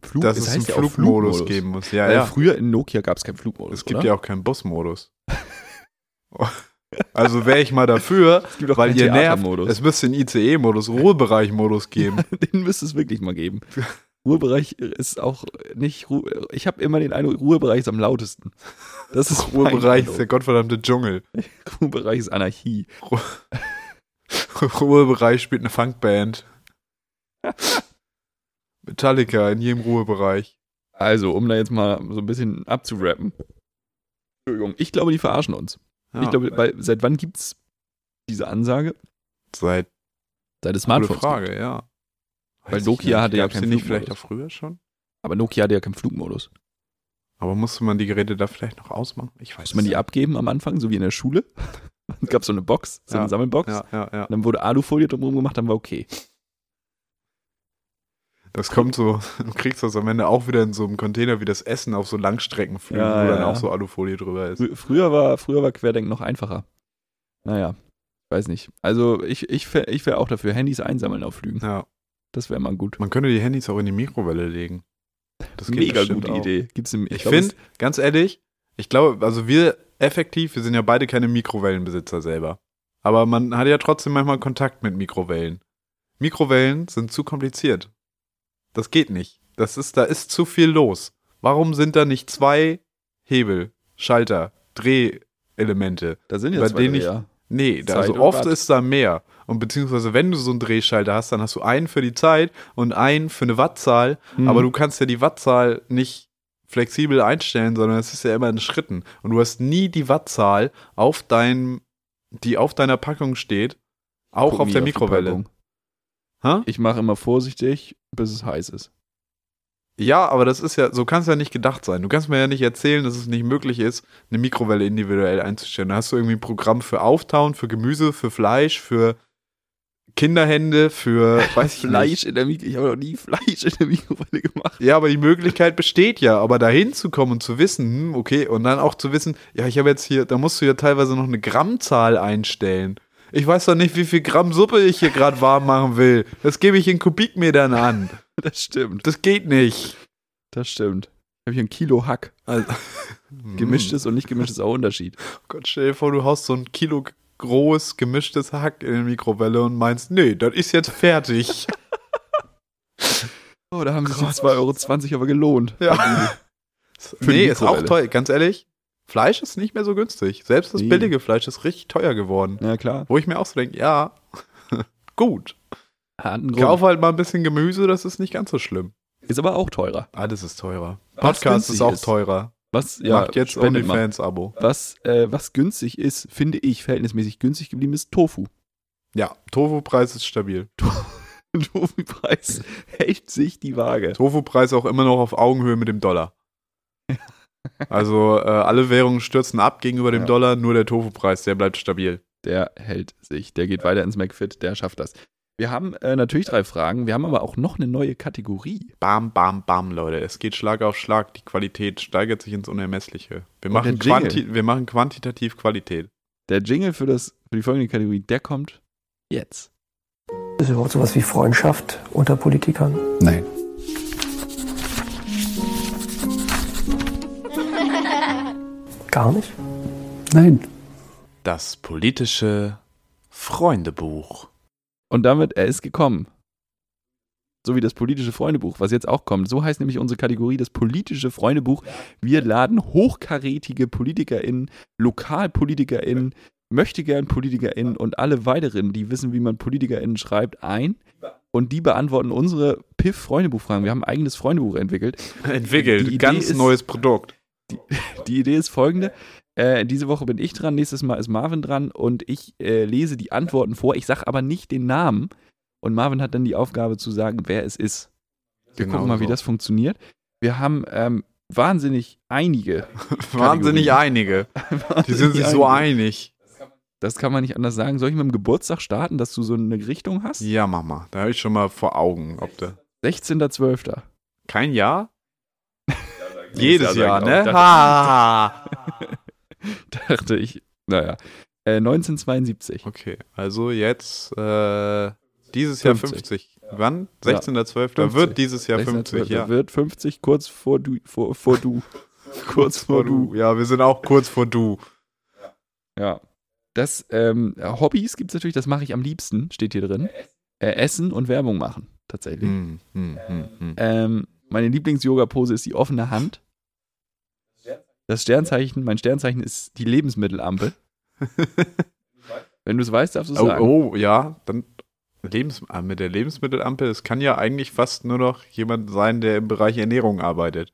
Speaker 2: Flug,
Speaker 1: dass
Speaker 2: es
Speaker 1: es,
Speaker 2: heißt ja auch
Speaker 1: einen Flugmodus geben muss? Ja,
Speaker 2: Weil
Speaker 1: ja.
Speaker 2: Früher in Nokia gab es keinen Flugmodus.
Speaker 1: Es gibt
Speaker 2: oder?
Speaker 1: ja auch keinen Busmodus. [laughs] also wäre ich mal dafür,
Speaker 2: es gibt auch
Speaker 1: weil
Speaker 2: keinen
Speaker 1: ihr nervt, [laughs]
Speaker 2: Theatermodus.
Speaker 1: es müsste einen ICE-Modus, Ruhebereich-Modus
Speaker 2: [laughs]
Speaker 1: geben.
Speaker 2: den müsste es wirklich mal geben. [laughs] Ruhebereich ist auch nicht Ru Ich habe immer den Eindruck, Ruhebereich ist am lautesten. Das ist mein
Speaker 1: Ruhebereich ist der
Speaker 2: Eindruck.
Speaker 1: gottverdammte Dschungel. [laughs]
Speaker 2: Ruhebereich ist Anarchie.
Speaker 1: Ruhebereich spielt eine
Speaker 2: [laughs]
Speaker 1: Funkband. Metallica in jedem Ruhebereich.
Speaker 2: Also, um da jetzt mal so ein bisschen abzurappen. Entschuldigung, ich glaube, die verarschen uns.
Speaker 1: Ja,
Speaker 2: ich glaube, weil, seit wann gibt es diese Ansage?
Speaker 1: seit
Speaker 2: Seit
Speaker 1: gute
Speaker 2: es Smartphones gibt.
Speaker 1: Frage, ja.
Speaker 2: Weil
Speaker 1: Weiß ich
Speaker 2: Nokia
Speaker 1: nicht.
Speaker 2: hatte ja
Speaker 1: Gab's die
Speaker 2: keinen
Speaker 1: nicht vielleicht auch
Speaker 2: Flugmodus.
Speaker 1: früher schon.
Speaker 2: Aber Nokia hatte ja keinen Flugmodus.
Speaker 1: Aber musste man die Geräte da vielleicht noch ausmachen? Ich weiß
Speaker 2: Musste man die
Speaker 1: nicht.
Speaker 2: abgeben am Anfang, so wie in der Schule? [laughs] Es gab so eine Box, so
Speaker 1: Ja,
Speaker 2: eine Sammelbox.
Speaker 1: Ja, ja, ja.
Speaker 2: Und dann wurde Alufolie drumherum gemacht, dann war okay.
Speaker 1: Das kommt so, [laughs] du kriegst das am Ende auch wieder in so einem Container wie das Essen auf so Langstreckenflügen,
Speaker 2: Ja,
Speaker 1: wo
Speaker 2: ja,
Speaker 1: dann
Speaker 2: ja.
Speaker 1: auch so Alufolie drüber ist.
Speaker 2: Fr- Früher war, früher war Querdenken noch einfacher. Naja, weiß nicht. Also ich, ich, wär- ich wäre auch dafür, Handys einsammeln auf Flügen.
Speaker 1: Ja,
Speaker 2: Das wäre mal gut.
Speaker 1: man könnte die Handys auch in die Mikrowelle legen. Das geht
Speaker 2: Mega
Speaker 1: bestimmt
Speaker 2: gute
Speaker 1: auch.
Speaker 2: Idee. Gibt's im,
Speaker 1: Ich
Speaker 2: glaub,
Speaker 1: finde, ganz ehrlich, ich glaube, also wir effektiv, wir sind ja beide keine Mikrowellenbesitzer selber. Aber man hat ja trotzdem manchmal Kontakt mit Mikrowellen. Mikrowellen sind zu kompliziert. Das geht nicht. Das ist, da ist zu viel los. Warum sind da nicht zwei Hebel, Schalter, Drehelemente?
Speaker 2: es- da sind ja
Speaker 1: bei
Speaker 2: zwei,
Speaker 1: denen
Speaker 2: drei,
Speaker 1: ich-
Speaker 2: ja.
Speaker 1: Nee, da,
Speaker 2: Zeit
Speaker 1: also
Speaker 2: und
Speaker 1: oft
Speaker 2: Watt.
Speaker 1: ist da mehr. Und beziehungsweise, wenn du so einen Drehschalter hast, dann hast du einen für die Zeit und einen für eine Wattzahl.
Speaker 2: Mhm.
Speaker 1: Aber du kannst ja die Wattzahl nicht flexibel einstellen, sondern es ist ja immer in Schritten. Und du hast nie die Wattzahl auf deinem, die auf deiner Packung steht, auch
Speaker 2: Guck
Speaker 1: auf
Speaker 2: nie
Speaker 1: der
Speaker 2: die
Speaker 1: Mikrowelle.
Speaker 2: Packung.
Speaker 1: Hä?
Speaker 2: Ich mache immer vorsichtig, bis es heiß ist.
Speaker 1: Ja, aber das ist ja, so kann es ja nicht gedacht sein. Du kannst mir ja nicht erzählen, dass es nicht möglich ist, eine Mikrowelle individuell einzustellen. Da hast du irgendwie ein Programm für Auftauen, für Gemüse, für Fleisch, für Kinderhände,
Speaker 2: [laughs]
Speaker 1: für weiß ich nicht.
Speaker 2: in der Mikrowelle. Ich habe noch nie Fleisch in der Mikrowelle [laughs] gemacht.
Speaker 1: Ja, aber die Möglichkeit besteht ja, aber dahin zu kommen und zu wissen, hm, okay, und dann auch zu wissen, ja, ich habe jetzt hier, da musst du ja teilweise noch eine Grammzahl einstellen. Ich weiß doch nicht, wie viel Gramm Suppe ich hier gerade warm machen will. Das gebe ich in Kubikmetern an.
Speaker 2: Das stimmt.
Speaker 1: Das geht nicht.
Speaker 2: Das stimmt. Ich habe hier ein Kilo Hack.
Speaker 1: Also,
Speaker 2: Gemischtes und nicht gemischtes ist auch ein Unterschied.
Speaker 1: Oh Gott, stell dir vor, du haust so ein Kilo groß gemischtes Hack in die Mikrowelle und meinst, nee, das ist jetzt fertig.
Speaker 2: Oh, da haben sich die 2,20 Euro aber gelohnt.
Speaker 1: [laughs] ja.
Speaker 2: die
Speaker 1: nee, ist auch
Speaker 2: Mikrowelle.
Speaker 1: teuer. Ganz ehrlich, Fleisch ist nicht mehr so günstig. Selbst das
Speaker 2: Nee.
Speaker 1: billige Fleisch ist richtig teuer geworden.
Speaker 2: Ja, klar.
Speaker 1: Wo ich mir auch so denke, ja, [laughs] gut.
Speaker 2: Hat einen Grund.
Speaker 1: Kauf halt mal ein bisschen Gemüse, das ist nicht ganz so schlimm.
Speaker 2: Ist aber auch teurer.
Speaker 1: Alles ist teurer.
Speaker 2: Was
Speaker 1: Podcast ist
Speaker 2: günstig
Speaker 1: auch
Speaker 2: ist.
Speaker 1: teurer.
Speaker 2: Was, ja,
Speaker 1: Macht jetzt
Speaker 2: spendet mal.
Speaker 1: OnlyFans-Abo.
Speaker 2: Was, äh, was günstig ist, finde ich, verhältnismäßig günstig geblieben ist Tofu. [laughs]
Speaker 1: Ja, Tofu-Preis ist stabil.
Speaker 2: Tofu-Preis hält sich die Waage.
Speaker 1: Tofu-Preis auch immer noch auf Augenhöhe mit dem
Speaker 2: [laughs]
Speaker 1: Dollar. Also äh, alle Währungen stürzen ab gegenüber dem
Speaker 2: Ja.
Speaker 1: Dollar, nur der Tofu-Preis, der bleibt stabil.
Speaker 2: Der hält sich. Der geht weiter ins McFit. Der schafft das. Wir haben äh, natürlich drei Fragen. Wir haben aber auch noch eine neue Kategorie.
Speaker 1: Bam, bam, bam, Leute. Es geht Schlag auf Schlag. Die Qualität steigert sich ins Unermessliche. Wir, machen,
Speaker 2: der Jingle.
Speaker 1: quanti wir machen quantitativ Qualität.
Speaker 2: Der Jingle für, das, für die folgende Kategorie, der kommt jetzt.
Speaker 3: Ist überhaupt sowas wie Freundschaft unter Politikern?
Speaker 2: Nein.
Speaker 3: Gar nicht?
Speaker 1: Das politische Freundebuch.
Speaker 2: Und damit, er ist gekommen. So wie das politische Freundebuch, was jetzt auch kommt. So heißt nämlich unsere Kategorie das politische Freundebuch. Wir laden hochkarätige PolitikerInnen, LokalpolitikerInnen, möchtegern PolitikerInnen und alle weiteren, die wissen, wie man PolitikerInnen schreibt, ein. Und die beantworten unsere PIF-Freundebuch-Fragen. Wir haben ein eigenes Freundebuch entwickelt. Die
Speaker 1: Entwickelt.
Speaker 2: Idee
Speaker 1: Ganz
Speaker 2: ist-
Speaker 1: neues Produkt.
Speaker 2: Die Idee ist folgende. Äh, diese Woche bin ich dran, nächstes Mal ist Marvin dran und ich äh, lese die Antworten vor. Ich sage aber nicht den Namen. Und Marvin hat dann die Aufgabe zu sagen, wer es ist. Wir
Speaker 1: Genau
Speaker 2: gucken mal, wie
Speaker 1: so.
Speaker 2: [laughs] das funktioniert. Wir haben ähm, wahnsinnig einige.
Speaker 1: Wahnsinnig
Speaker 2: [laughs]
Speaker 1: einige. Die sind sich so einig.
Speaker 2: Das kann man nicht anders sagen. Soll ich mit dem Geburtstag starten, dass du so eine Richtung hast?
Speaker 1: Ja, mach mal. Da habe ich schon mal vor Augen, ob da.
Speaker 2: 16.12.
Speaker 1: Kein Jahr? Jedes Jahr,
Speaker 2: Ja, sagen auch.
Speaker 1: ne? Ha!
Speaker 2: [laughs] Dachte ich, naja. Äh, 1972.
Speaker 1: Okay, also jetzt äh, dieses Jahr
Speaker 2: 50.
Speaker 1: 50. Wann?
Speaker 2: Ja.
Speaker 1: 16.12.
Speaker 2: 50.
Speaker 1: Wird dieses Jahr 50,
Speaker 2: 16.12.
Speaker 1: ja.
Speaker 2: Wird 50 kurz vor du. Vor,
Speaker 1: [laughs]
Speaker 2: vor du. kurz vor du.
Speaker 1: Ja, wir sind auch kurz vor du.
Speaker 2: Ja. Das, ähm, Hobbys gibt es natürlich, das mache ich am liebsten, steht hier drin. Äh, Essen und Werbung machen, tatsächlich.
Speaker 1: Hm, hm, hm, hm.
Speaker 2: Ähm, meine Lieblings-Yoga-Pose ist die offene Hand. Das Sternzeichen, mein Sternzeichen ist
Speaker 1: [laughs]
Speaker 2: die Lebensmittelampel. Wenn du es weißt, darfst du es sagen.
Speaker 1: Oh, oh, ja, dann Lebens ah, mit der Lebensmittelampel, es kann ja eigentlich fast nur noch jemand sein, der im Bereich Ernährung arbeitet.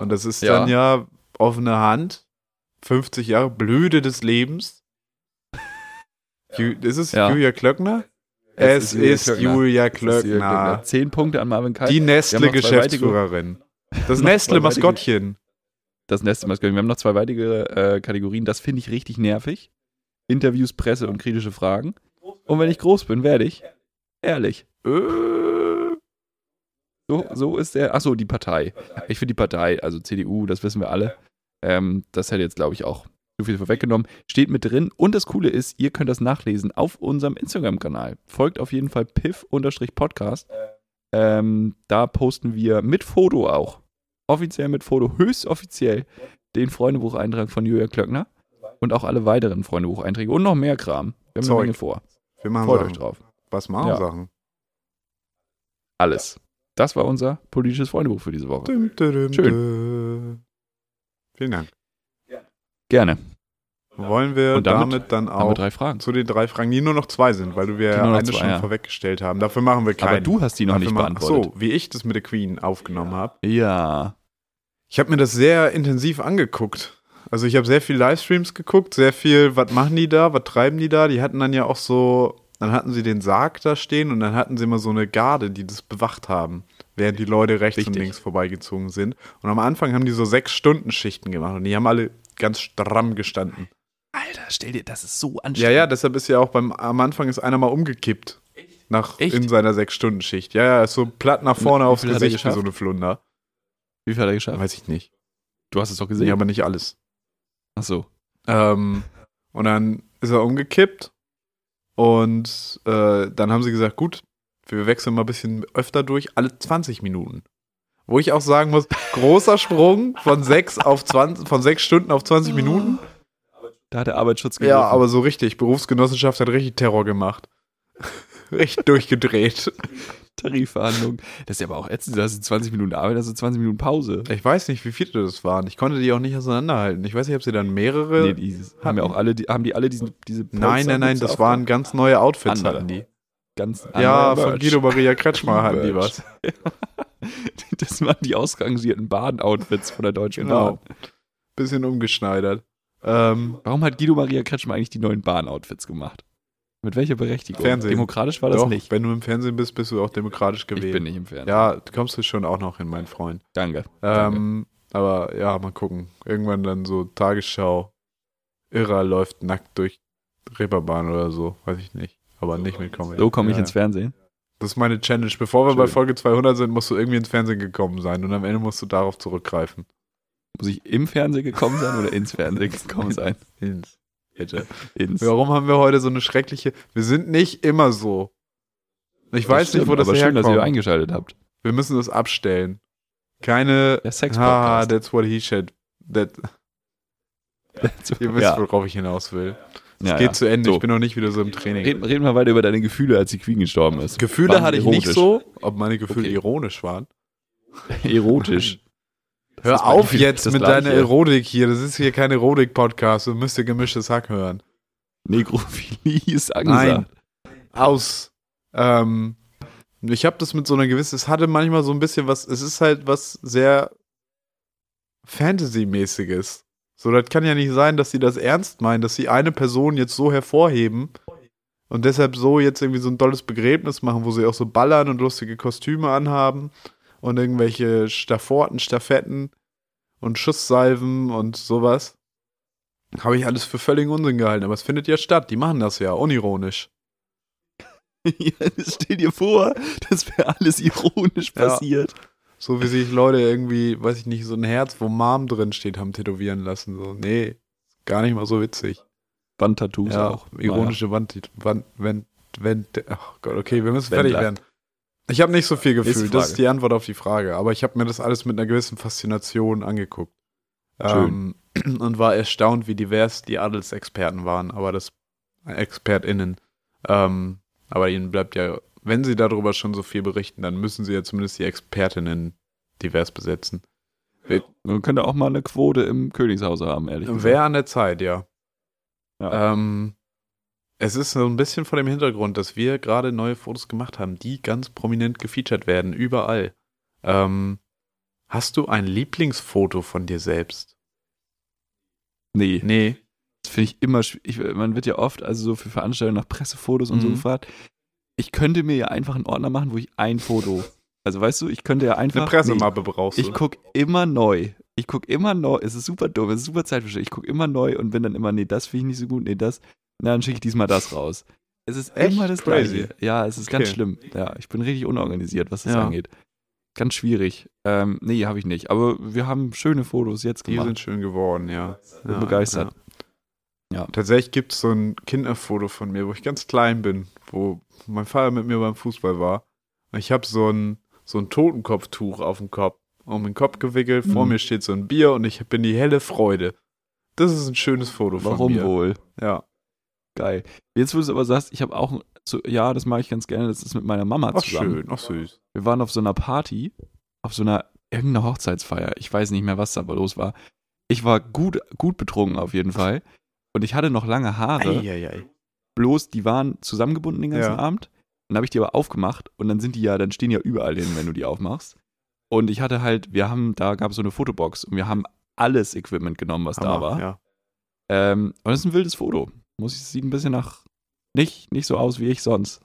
Speaker 1: Und das ist
Speaker 2: Ja.
Speaker 1: dann ja offene Hand, 50 Jahre, Blüte des Lebens.
Speaker 2: [laughs]
Speaker 1: Ju- Ist es
Speaker 2: Ja.
Speaker 1: Julia Klöckner? Es,
Speaker 2: Es ist Julia
Speaker 1: ist
Speaker 2: Klöckner.
Speaker 1: Julia
Speaker 2: Das ist die-
Speaker 1: Klöckner.
Speaker 2: Zehn Punkte an Marvin Kall.
Speaker 1: Die
Speaker 2: Wir haben noch zwei weitere-
Speaker 1: Nestle-Geschäftsführerin. Das
Speaker 2: noch zwei
Speaker 1: Nestle-Maskottchen.
Speaker 2: Das nächste Mal. Wir haben noch zwei weitere äh, Kategorien. Das finde ich richtig nervig. Interviews, Presse und kritische Fragen. Und wenn ich groß bin, werde ich ehrlich.
Speaker 1: Äh,
Speaker 2: So, so ist der. Achso, die Partei. Ich finde die Partei, also CDU, das wissen wir alle. Ähm, das hätte jetzt, glaube ich, auch zu viel vorweggenommen. Steht mit drin. Und das Coole ist, ihr könnt das nachlesen auf unserem Instagram-Kanal. Folgt auf jeden Fall piff-podcast. Ähm, da posten wir mit Foto auch. Offiziell mit Foto, höchst offiziell, den Freundebucheintrag von Julia Klöckner und auch alle weiteren Freundebucheinträge und noch mehr Kram.
Speaker 1: Zeug.
Speaker 2: Wir haben
Speaker 1: Also.
Speaker 2: eine Menge vor.
Speaker 1: Wir machen
Speaker 2: Freut euch
Speaker 1: Sachen.
Speaker 2: drauf.
Speaker 1: Was machen
Speaker 2: Ja.
Speaker 1: Sachen?
Speaker 2: Alles. Das war unser politisches Freundebuch für diese Woche.
Speaker 1: Düm, düm, düm,
Speaker 2: Schön.
Speaker 1: düm. Vielen Dank.
Speaker 2: Gerne.
Speaker 1: Wollen wir
Speaker 2: Und damit-
Speaker 1: damit, dann
Speaker 2: Haben wir
Speaker 1: auch
Speaker 2: drei Fragen.
Speaker 1: zu den drei Fragen, die nur noch zwei sind, weil du wir
Speaker 2: Die
Speaker 1: ja
Speaker 2: nur noch
Speaker 1: eine
Speaker 2: zwei,
Speaker 1: schon
Speaker 2: ja.
Speaker 1: vorweggestellt haben. Dafür machen wir keinen.
Speaker 2: Aber du hast die noch
Speaker 1: Dafür
Speaker 2: nicht
Speaker 1: machen-
Speaker 2: beantwortet.
Speaker 1: Ach so, wie ich das mit der Queen aufgenommen habe.
Speaker 2: Ja.
Speaker 1: Ich habe mir das sehr intensiv angeguckt. Also ich habe sehr viel Livestreams geguckt, sehr viel, was machen die da, was treiben die da. Die hatten dann ja auch so, dann hatten sie den Sarg da stehen und dann hatten sie immer so eine Garde, die das bewacht haben, während die Leute rechts und
Speaker 2: Richtig.
Speaker 1: links vorbeigezogen sind. Und am Anfang haben die so sechs Stunden Schichten gemacht und die haben alle ganz stramm gestanden.
Speaker 2: Alter, stell dir, das ist so
Speaker 1: Ja,
Speaker 2: anstrengend.
Speaker 1: ja, deshalb ist ja auch beim, am Anfang ist einer mal umgekippt. Nach,
Speaker 2: Echt?
Speaker 1: In seiner Sechs-Stunden-Schicht. Ja, ja, ist so platt nach vorne
Speaker 2: Wie
Speaker 1: aufs
Speaker 2: viel hat er
Speaker 1: Gesicht wie so
Speaker 2: geschafft?
Speaker 1: eine Flunder.
Speaker 2: Wie viel hat er geschafft?
Speaker 1: Weiß ich nicht.
Speaker 2: Du hast es doch gesehen.
Speaker 1: Nee, aber nicht alles.
Speaker 2: Ach so.
Speaker 1: Ähm, und dann ist er umgekippt. Und äh, dann haben sie gesagt, gut, wir wechseln mal ein bisschen öfter durch, alle 20 Minuten. Wo ich auch sagen muss, großer Sprung von 6 auf 20, von 6 Stunden auf 20 Minuten.
Speaker 2: Da hat der Arbeitsschutz
Speaker 1: Ja, aber so richtig. Berufsgenossenschaft hat richtig Terror gemacht. [laughs] richtig durchgedreht.
Speaker 2: Tarifverhandlung. Das ist ja aber auch ätzend. Da hast du 20 Minuten Arbeit, hast du 20 Minuten Pause.
Speaker 1: Ich weiß nicht, wie viele das waren. Ich konnte die auch nicht auseinanderhalten. Ich weiß nicht, ob sie dann mehrere.
Speaker 2: Nee, die haben ja auch alle, die, haben die alle diesen, diese Polster-
Speaker 1: Äh, nein, nein, nein, das
Speaker 2: Mütze
Speaker 1: waren ganz neue Outfits,
Speaker 2: Andere.
Speaker 1: hatten die.
Speaker 2: ganz
Speaker 1: Ja,
Speaker 2: andere
Speaker 1: von
Speaker 2: Merch.
Speaker 1: Guido Maria Kretschmer hatten die
Speaker 2: Merch.
Speaker 1: was.
Speaker 2: [laughs] Das waren die ausrangierten Baden-Outfits von der Deutschen
Speaker 1: Genau.
Speaker 2: Bahn.
Speaker 1: Bisschen umgeschneidert. Ähm,
Speaker 2: Warum hat Guido Maria Kretschmer eigentlich die neuen Bahn-Outfits gemacht? Mit welcher Berechtigung?
Speaker 1: Fernsehen.
Speaker 2: Demokratisch war das
Speaker 1: doch,
Speaker 2: nicht.
Speaker 1: wenn du im Fernsehen bist, bist du auch demokratisch gewählt.
Speaker 2: Ich bin nicht im Fernsehen.
Speaker 1: Ja, kommst du schon auch noch hin, mein Freund.
Speaker 2: Danke. Danke.
Speaker 1: Ähm, aber ja, mal gucken. Irgendwann dann so Tagesschau. Irrer läuft nackt durch Reeperbahn oder so. Weiß ich nicht. Aber nicht mit Comedy.
Speaker 2: So komme ich
Speaker 1: ja,
Speaker 2: ins Fernsehen.
Speaker 1: Fernsehen. Das ist meine Challenge. Bevor wir bei
Speaker 2: Schön.
Speaker 1: Folge 200 sind, musst du irgendwie ins Fernsehen gekommen sein. Und am Ende musst du darauf zurückgreifen.
Speaker 2: Muss ich im Fernsehen gekommen sein oder ins Fernsehen gekommen sein?
Speaker 1: Ins. Bitte.
Speaker 2: Ins.
Speaker 1: Warum haben wir heute so eine schreckliche. Wir sind nicht immer so. Ich
Speaker 2: Das
Speaker 1: weiß
Speaker 2: stimmt,
Speaker 1: nicht, wo das
Speaker 2: Aber schön,
Speaker 1: herkommt.
Speaker 2: dass ihr eingeschaltet habt.
Speaker 1: Wir müssen das abstellen. Keine.
Speaker 2: Der
Speaker 1: Ah,
Speaker 2: Sex-Podcast. [laughs]
Speaker 1: that's what he said. That, ihr wisst,
Speaker 2: ja.
Speaker 1: worauf ich hinaus will. Es
Speaker 2: Ja,
Speaker 1: geht
Speaker 2: ja.
Speaker 1: zu Ende.
Speaker 2: So.
Speaker 1: Ich bin noch nicht wieder so im Training.
Speaker 2: Reden, reden wir weiter über deine Gefühle, als die Queen gestorben ist.
Speaker 1: Gefühle
Speaker 2: Waren
Speaker 1: hatte ich
Speaker 2: erotisch.
Speaker 1: nicht so. Ob meine Gefühle
Speaker 2: Okay.
Speaker 1: ironisch waren. [laughs]
Speaker 2: Erotisch. Das
Speaker 1: Hör
Speaker 2: ist bei
Speaker 1: auf
Speaker 2: dir
Speaker 1: jetzt
Speaker 2: das
Speaker 1: mit
Speaker 2: Gleiche.
Speaker 1: deiner Erotik hier. Das ist hier kein Erotik-Podcast. Du müsst ihr gemischtes Hack hören.
Speaker 2: Negrophilie ist angesagt.
Speaker 1: Aus. Ähm, ich habe das mit so einer gewissen. Es hatte manchmal so ein bisschen was. Es ist halt was sehr Fantasy-mäßiges. So, das kann ja nicht sein, dass sie das ernst meinen, dass sie eine Person jetzt so hervorheben und deshalb so jetzt irgendwie so ein tolles Begräbnis machen, wo sie auch so ballern und lustige Kostüme anhaben und irgendwelche Stafforten, Staffetten und Schusssalven und sowas. Habe ich alles für völligen Unsinn gehalten, aber es findet ja statt. Die machen das ja, unironisch.
Speaker 2: Ja, [laughs] Stell dir vor, das wäre alles ironisch
Speaker 1: Ja.
Speaker 2: passiert.
Speaker 1: So wie sich Leute irgendwie, weiß ich nicht, so ein Herz, wo Mom drin steht, haben tätowieren lassen. So, nee, gar nicht mal so witzig.
Speaker 2: Bandtattoos
Speaker 1: Ja,
Speaker 2: auch.
Speaker 1: ironische Wand, Wand, wenn, wenn, ach Gott, okay, wir müssen
Speaker 2: Wenn
Speaker 1: fertig
Speaker 2: lag.
Speaker 1: werden. Ich habe nicht so viel
Speaker 2: Nächste
Speaker 1: gefühlt, das
Speaker 2: Frage.
Speaker 1: ist die Antwort auf die Frage, aber ich habe mir das alles mit einer gewissen Faszination angeguckt.
Speaker 2: Schön.
Speaker 1: Ähm, und war erstaunt, wie divers die Adelsexperten waren, aber das ExpertInnen. Ähm, aber ihnen bleibt ja, wenn sie darüber schon so viel berichten, dann müssen sie ja zumindest die ExpertInnen divers besetzen.
Speaker 2: Man könnte auch mal eine Quote im Königshause haben, ehrlich gesagt.
Speaker 1: Wäre an der Zeit, ja.
Speaker 2: Ja.
Speaker 1: Ähm, es ist so ein bisschen vor dem Hintergrund, dass wir gerade neue Fotos gemacht haben, die ganz prominent gefeatured werden, überall. Ähm, hast du ein Lieblingsfoto von dir selbst?
Speaker 2: nee.
Speaker 1: Nee.
Speaker 2: Das finde ich immer schw- ich, Man wird ja oft, also so für Veranstaltungen nach Pressefotos und so
Speaker 1: Mhm.
Speaker 2: gefragt. Ich könnte mir ja einfach einen Ordner machen, wo ich ein Foto. Also weißt du, ich könnte ja einfach.
Speaker 1: Eine Pressemappe brauchst
Speaker 2: Nee,
Speaker 1: du.
Speaker 2: ich gucke immer neu. Ich gucke immer neu. Es ist super dumm, es ist super zeitverständlich. Ich gucke immer neu und bin dann immer, nee, das finde ich nicht so gut, nee, das. Na, dann schicke ich diesmal das raus. Es ist
Speaker 1: Echt?
Speaker 2: immer das
Speaker 1: Crazy.
Speaker 2: Gleiche. Ja, es ist ganz
Speaker 1: Okay.
Speaker 2: schlimm. Ja, ich bin richtig unorganisiert, was das
Speaker 1: Ja.
Speaker 2: angeht. Ganz schwierig. Ähm, nee, habe ich nicht. Aber wir haben schöne Fotos jetzt
Speaker 1: die
Speaker 2: gemacht.
Speaker 1: sind schön geworden, ja.
Speaker 2: bin
Speaker 1: ja,
Speaker 2: begeistert. Ja.
Speaker 1: Tatsächlich gibt es so ein Kinderfoto von mir, wo ich ganz klein bin, wo mein Vater mit mir beim Fußball war. Und ich habe so ein, so ein Totenkopftuch auf dem Kopf, um den Kopf gewickelt. Vor
Speaker 2: Mhm.
Speaker 1: mir steht so ein Bier und ich bin die helle Freude. Das ist ein schönes Foto von
Speaker 2: Warum
Speaker 1: mir.
Speaker 2: wohl?
Speaker 1: Ja.
Speaker 2: Geil. Jetzt, wo du es aber sagst, ich habe auch, ein- so, ja, das mache ich ganz gerne, das ist mit meiner Mama
Speaker 1: Ach,
Speaker 2: zusammen.
Speaker 1: schön, ach süß.
Speaker 2: Wir waren auf so einer Party, auf so einer, irgendeiner Hochzeitsfeier. Ich weiß nicht mehr, was da aber los war. Ich war gut, gut betrunken auf jeden Fall. Und ich hatte noch lange Haare,
Speaker 1: Eieiei.
Speaker 2: bloß die waren zusammengebunden den ganzen
Speaker 1: Ja.
Speaker 2: Abend. Dann habe ich die aber aufgemacht und dann sind die ja, dann stehen die ja überall hin, wenn du die aufmachst. Und ich hatte halt, wir haben, da gab es so eine Fotobox und wir haben alles Equipment genommen, was da
Speaker 1: Hammer,
Speaker 2: war.
Speaker 1: Ja.
Speaker 2: Ähm, und das ist ein wildes Foto. Muss ich, sieht ein bisschen nach. Nicht, nicht so aus wie ich sonst.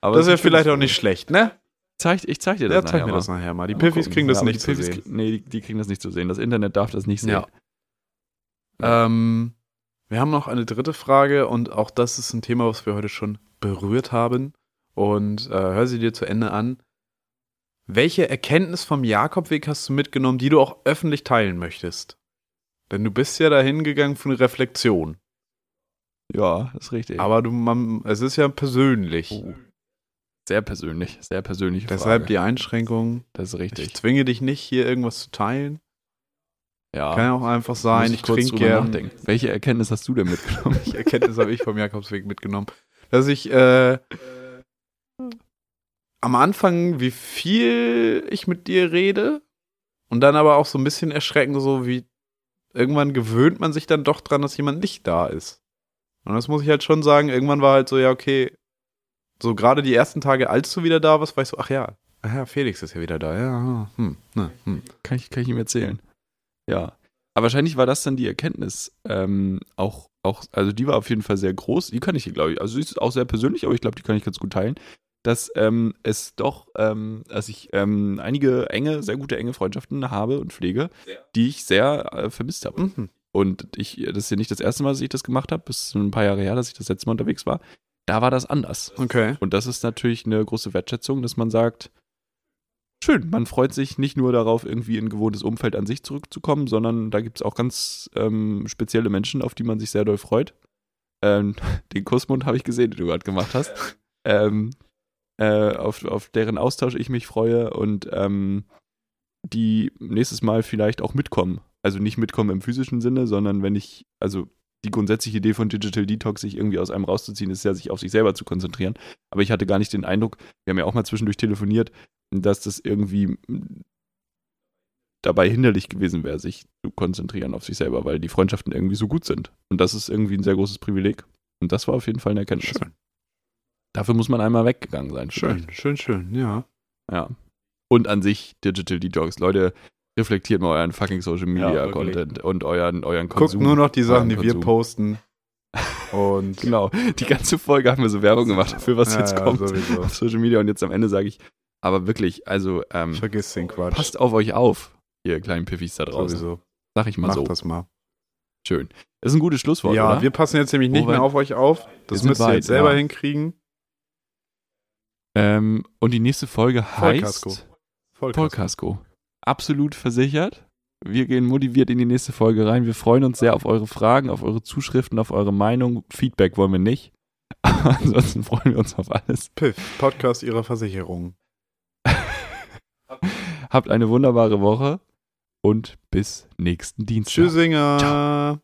Speaker 2: Aber
Speaker 1: Das ist
Speaker 2: es
Speaker 1: ja
Speaker 2: ist ein
Speaker 1: vielleicht
Speaker 2: schönes
Speaker 1: auch nicht schlecht, ne?
Speaker 2: Foto. Zeig, ich zeig dir das
Speaker 1: Ja,
Speaker 2: ja,
Speaker 1: zeig mir
Speaker 2: nachher
Speaker 1: das
Speaker 2: mal.
Speaker 1: nachher mal. Die
Speaker 2: Mal
Speaker 1: Piffys
Speaker 2: gucken.
Speaker 1: kriegen das
Speaker 2: Ja, aber
Speaker 1: nicht
Speaker 2: die
Speaker 1: zu
Speaker 2: Piffys
Speaker 1: sehen.
Speaker 2: krie- Nee, die, die kriegen das nicht zu sehen. Das Internet darf das nicht sehen.
Speaker 1: Ja. Ähm, wir haben noch eine dritte Frage und auch das ist ein Thema, was wir heute schon berührt haben. Und äh, hör sie dir zu Ende an. Welche Erkenntnis vom Jakobweg hast du mitgenommen, die du auch öffentlich teilen möchtest? Denn du bist ja dahin gegangen für eine Reflexion.
Speaker 2: Ja, das ist richtig.
Speaker 1: Aber du, man, es ist ja persönlich.
Speaker 2: Oh. sehr persönlich, sehr persönliche
Speaker 1: Deshalb
Speaker 2: Frage.
Speaker 1: die Einschränkung.
Speaker 2: Das ist
Speaker 1: Ich
Speaker 2: richtig.
Speaker 1: zwinge dich nicht, hier irgendwas zu teilen.
Speaker 2: Ja.
Speaker 1: Kann ja auch einfach sein,
Speaker 2: Muss
Speaker 1: ich
Speaker 2: kurz
Speaker 1: trinke
Speaker 2: drüber
Speaker 1: gern.
Speaker 2: nachdenken. Welche Erkenntnis hast du denn mitgenommen?
Speaker 1: Welche Erkenntnis habe ich vom Jakobsweg mitgenommen? Dass ich äh, am Anfang, wie viel ich mit dir rede und dann aber auch so ein bisschen erschreckend, so wie irgendwann gewöhnt man sich dann doch dran, dass jemand nicht da ist. Und das muss ich halt schon sagen, irgendwann war halt so, ja, okay, so gerade die ersten Tage, als du wieder da warst, war ich so, ach ja, ach ja Felix ist ja wieder da, ja, hm, ne, hm.
Speaker 2: kann, ich, kann ich ihm erzählen. Ja. Aber wahrscheinlich war das dann die Erkenntnis. Ähm, auch, auch, also die war auf jeden Fall sehr groß. Die kann ich hier, glaube ich, also die ist auch sehr persönlich, aber ich glaube, die kann ich ganz gut teilen. Dass ähm, es doch, ähm, dass ich ähm, einige enge, sehr gute enge Freundschaften habe und pflege, die ich sehr äh, vermisst habe.
Speaker 1: Mhm.
Speaker 2: Und ich, das ist ja nicht das erste Mal, dass ich das gemacht habe. Das ist ein paar Jahre her, dass ich das letzte Mal unterwegs war. Da war das anders.
Speaker 1: Okay.
Speaker 2: Und das ist natürlich eine große Wertschätzung, dass man sagt, schön, man freut sich nicht nur darauf, irgendwie in gewohntes Umfeld an sich zurückzukommen, sondern da gibt es auch ganz ähm, spezielle Menschen, auf die man sich sehr doll freut. Ähm, [laughs] den Kussmund habe ich gesehen, den du gerade gemacht hast. ähm, äh, auf, auf deren Austausch ich mich freue und ähm, die nächstes Mal vielleicht auch mitkommen. Also nicht mitkommen im physischen Sinne, sondern wenn ich, also die grundsätzliche Idee von Digital Detox, sich irgendwie aus einem rauszuziehen, ist ja, sich auf sich selber zu konzentrieren. Aber ich hatte gar nicht den Eindruck, wir haben ja auch mal zwischendurch telefoniert, dass das irgendwie mm, dabei hinderlich gewesen wäre, sich zu konzentrieren auf sich selber, weil die Freundschaften irgendwie so gut sind. Und das ist irgendwie ein sehr großes Privileg. Und das war auf jeden Fall eine Erkenntnis.
Speaker 1: Schön,
Speaker 2: Dafür muss man einmal weggegangen sein.
Speaker 1: schön, schön, schön, ja.
Speaker 2: Ja. Und an sich Digital Detox. Leute, Reflektiert mal euren fucking Social
Speaker 1: Ja,
Speaker 2: Media
Speaker 1: wirklich.
Speaker 2: Content und euren, euren
Speaker 1: Guckt
Speaker 2: Konsum.
Speaker 1: nur noch die Sachen, die wir
Speaker 2: Konsum. [laughs]
Speaker 1: posten. Und
Speaker 2: Genau. Die ganze Folge haben wir so Werbung gemacht dafür, was
Speaker 1: Ja, also-
Speaker 2: jetzt
Speaker 1: ja,
Speaker 2: kommt
Speaker 1: sowieso.
Speaker 2: auf Social Media. Und jetzt am Ende sage ich, aber wirklich, also ähm,
Speaker 1: vergiss den Quatsch.
Speaker 2: passt auf euch auf, ihr kleinen Piffis da draußen.
Speaker 1: Sowieso.
Speaker 2: Sag ich mal
Speaker 1: Macht
Speaker 2: so.
Speaker 1: das mal.
Speaker 2: Schön. Das ist ein gutes Schlusswort,
Speaker 1: ja,
Speaker 2: oder?
Speaker 1: wir passen jetzt nämlich nicht
Speaker 2: Wobei-
Speaker 1: mehr auf euch auf. Das
Speaker 2: sind
Speaker 1: müsst ihr
Speaker 2: weit,
Speaker 1: jetzt selber
Speaker 2: ja.
Speaker 1: hinkriegen.
Speaker 2: Ähm, und die nächste Folge heißt
Speaker 1: Vollkasko. Voll krass.
Speaker 2: Vollkasko. Absolut versichert. Wir gehen motiviert in die nächste Folge rein. Wir freuen uns sehr auf eure Fragen, auf eure Zuschriften, auf eure Meinung. Feedback wollen wir nicht. [laughs] Ansonsten freuen wir uns auf alles.
Speaker 1: Piff, Podcast ihrer Versicherung.
Speaker 2: Habt eine wunderbare Woche und bis nächsten Dienstag.
Speaker 1: Tschüssinger.